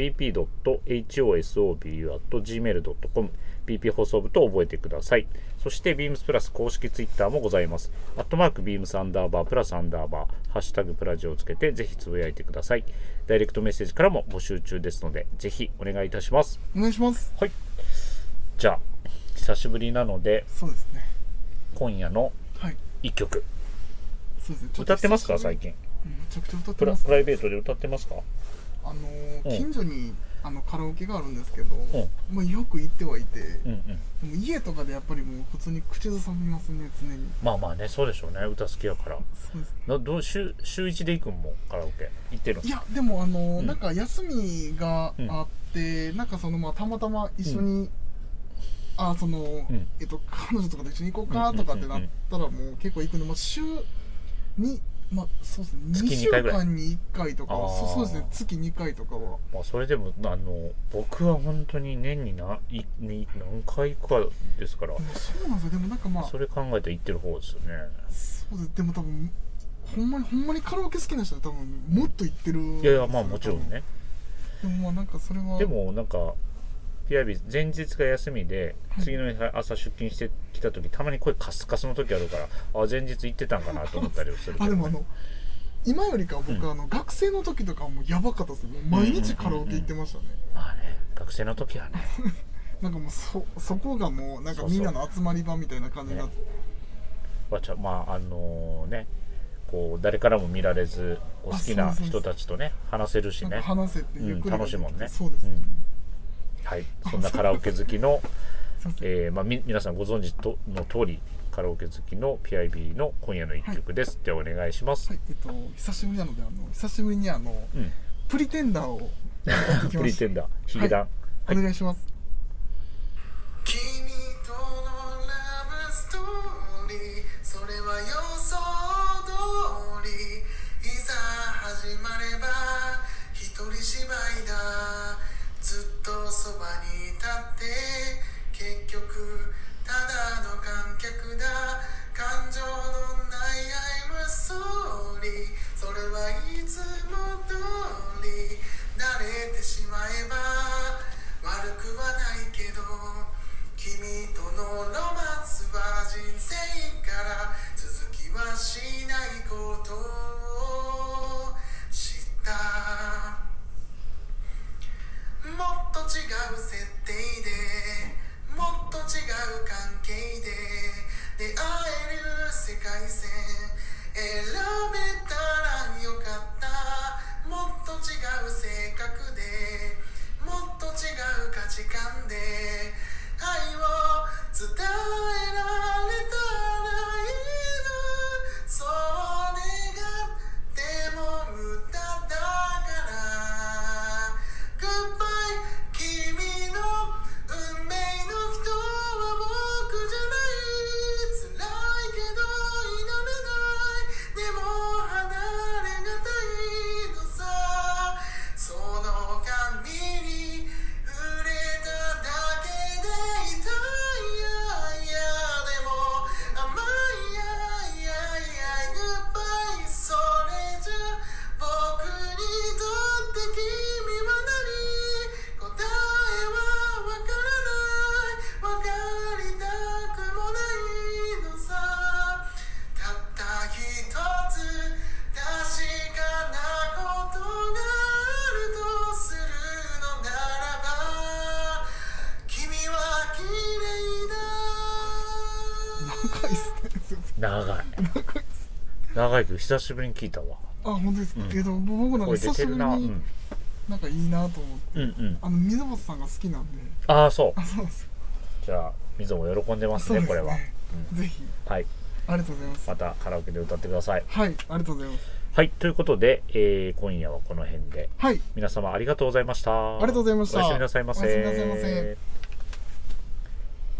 Speaker 1: bp.hosobu.gmail.com bp 放送部と覚えてください。そして beams プラス公式ツイッターもございます。アットマーク beams アンダーバープラスアンダーバーハッシュタグプラジオをつけてぜひつぶやいてください。ダイレクトメッセージからも募集中ですのでぜひお願いいたします。
Speaker 2: お願いします
Speaker 1: はい。じゃあ、久しぶりなので、
Speaker 2: そうですね
Speaker 1: 今夜の
Speaker 2: はい
Speaker 1: 一曲。
Speaker 2: そうですねちょと
Speaker 1: 歌ってますか
Speaker 2: 久し
Speaker 1: 最
Speaker 2: ぶ
Speaker 1: 近。
Speaker 2: りうんめちゃくちゃ歌っ
Speaker 1: プ
Speaker 2: て
Speaker 1: ラ
Speaker 2: ます
Speaker 1: プライベートで歌ってますか
Speaker 2: あのー
Speaker 1: うん
Speaker 2: 近所にあのカラオケがあるんですけど、
Speaker 1: ん
Speaker 2: まあ、よく行ってはいて、
Speaker 1: うんうん。
Speaker 2: でも家とかでやっぱりもう普通に口ずさみますね常に
Speaker 1: まあまあね、そうでしょうね。歌好きやから。
Speaker 2: そうです
Speaker 1: などう週週一で行くんもんカラオケ。行ってるん
Speaker 2: いやでもあの、
Speaker 1: うん
Speaker 2: なんか休みがあって、なんかそのまあたまたま一緒に、あその、
Speaker 1: うん
Speaker 2: えっと彼女とかと一緒に行こうかとかってなったらもう結構行くの、まあ、週にまあそうですね
Speaker 1: 月
Speaker 2: 2
Speaker 1: 二
Speaker 2: 週
Speaker 1: 回ぐらい
Speaker 2: 間に1回とかは
Speaker 1: あー
Speaker 2: そうそうですね月2回とかは
Speaker 1: まあそれでも、あの、僕は本当に年にないに何回かですから
Speaker 2: で、もそうなんですよでもなんかまあ
Speaker 1: それ考えたら行ってる方ですよね。
Speaker 2: そうですでも多分ほんまにほんまにカラオケ好きな人は多分もっと行ってるん
Speaker 1: い
Speaker 2: です
Speaker 1: や
Speaker 2: よ
Speaker 1: いや、まあもちろんね。
Speaker 2: 多分でもまあなんかそれは
Speaker 1: でもなんかピアビ前日が休みで
Speaker 2: はい
Speaker 1: 次の日朝出勤してきた時たまに声カスカスの時あるからあ前日行ってたんかなと思ったりはするけ
Speaker 2: あ
Speaker 1: ど
Speaker 2: でもあ
Speaker 1: ね
Speaker 2: の今よりかは僕、
Speaker 1: うん
Speaker 2: あの学生の時とかはもうやばかったですね毎日カラオケ行ってましたね、
Speaker 1: まあね学生の時はね
Speaker 2: なんかもうそそこがもうなんか
Speaker 1: そうそう
Speaker 2: みんなの集まり場みたいな感じになって
Speaker 1: わちゃまああのねこう誰からも見られずこう好きな
Speaker 2: あそうそうそ
Speaker 1: 人
Speaker 2: う
Speaker 1: たちとね話せるし
Speaker 2: なん
Speaker 1: ね
Speaker 2: か話せってゆっくり、
Speaker 1: うん楽しいもんね
Speaker 2: そうですね、
Speaker 1: うんはいそんなカラオケ好きの、
Speaker 2: すいません
Speaker 1: えーまあ、み皆さんご存知との通りカラオケ好きの PIB の今夜の一曲です、ではお願いします、
Speaker 2: はいえっと久しぶりなのであの久しぶりにあの
Speaker 1: うん
Speaker 2: プリテンダ ーを聞き
Speaker 1: プ
Speaker 2: ま
Speaker 1: リ
Speaker 2: し
Speaker 1: テンダーヒ
Speaker 2: は
Speaker 1: ゲ
Speaker 2: い
Speaker 1: ダン、
Speaker 2: たお願いします
Speaker 3: 君とのラブストーリーそれは予想通りいざ始まれば一人芝居だずっとそばに立って結局ただの観客だ感情のない愛はソーリーそれはいつも通り慣れてしまえば悪くはないけど君とのロマンスは人生から続きはしないことを知ったもっと違う設定でもっと違う関係で出会える世界線選べたらよかったもっと違う性格でもっと違う価値観で愛を
Speaker 2: 長いっすね先生
Speaker 1: 長い
Speaker 2: 長いっす
Speaker 1: 長いけど久しぶりに聞いたわ
Speaker 2: あ本当ですか、
Speaker 1: うん
Speaker 2: えっと僕なんか
Speaker 1: 声出
Speaker 2: 久
Speaker 1: て
Speaker 2: しぶ
Speaker 1: る
Speaker 2: り
Speaker 1: な、うん、う
Speaker 2: に
Speaker 1: ん
Speaker 2: なんかいいなと思って
Speaker 1: うん
Speaker 2: あの水本さんが好きなんで
Speaker 1: ああそう
Speaker 2: あそうなんですよ
Speaker 1: じゃあみぞも喜んでます
Speaker 2: そう
Speaker 1: ね
Speaker 2: です
Speaker 1: これは
Speaker 2: ぜひ
Speaker 1: はい
Speaker 2: ありがとうございます
Speaker 1: またカラオケで歌ってください
Speaker 2: はいありがとうございます
Speaker 1: はいということで、えー今夜はこの辺で
Speaker 2: はい
Speaker 1: 皆様ありがとうございましたあ
Speaker 2: りがとうございました
Speaker 1: おやすみなさいませ
Speaker 2: おやすみなさいませ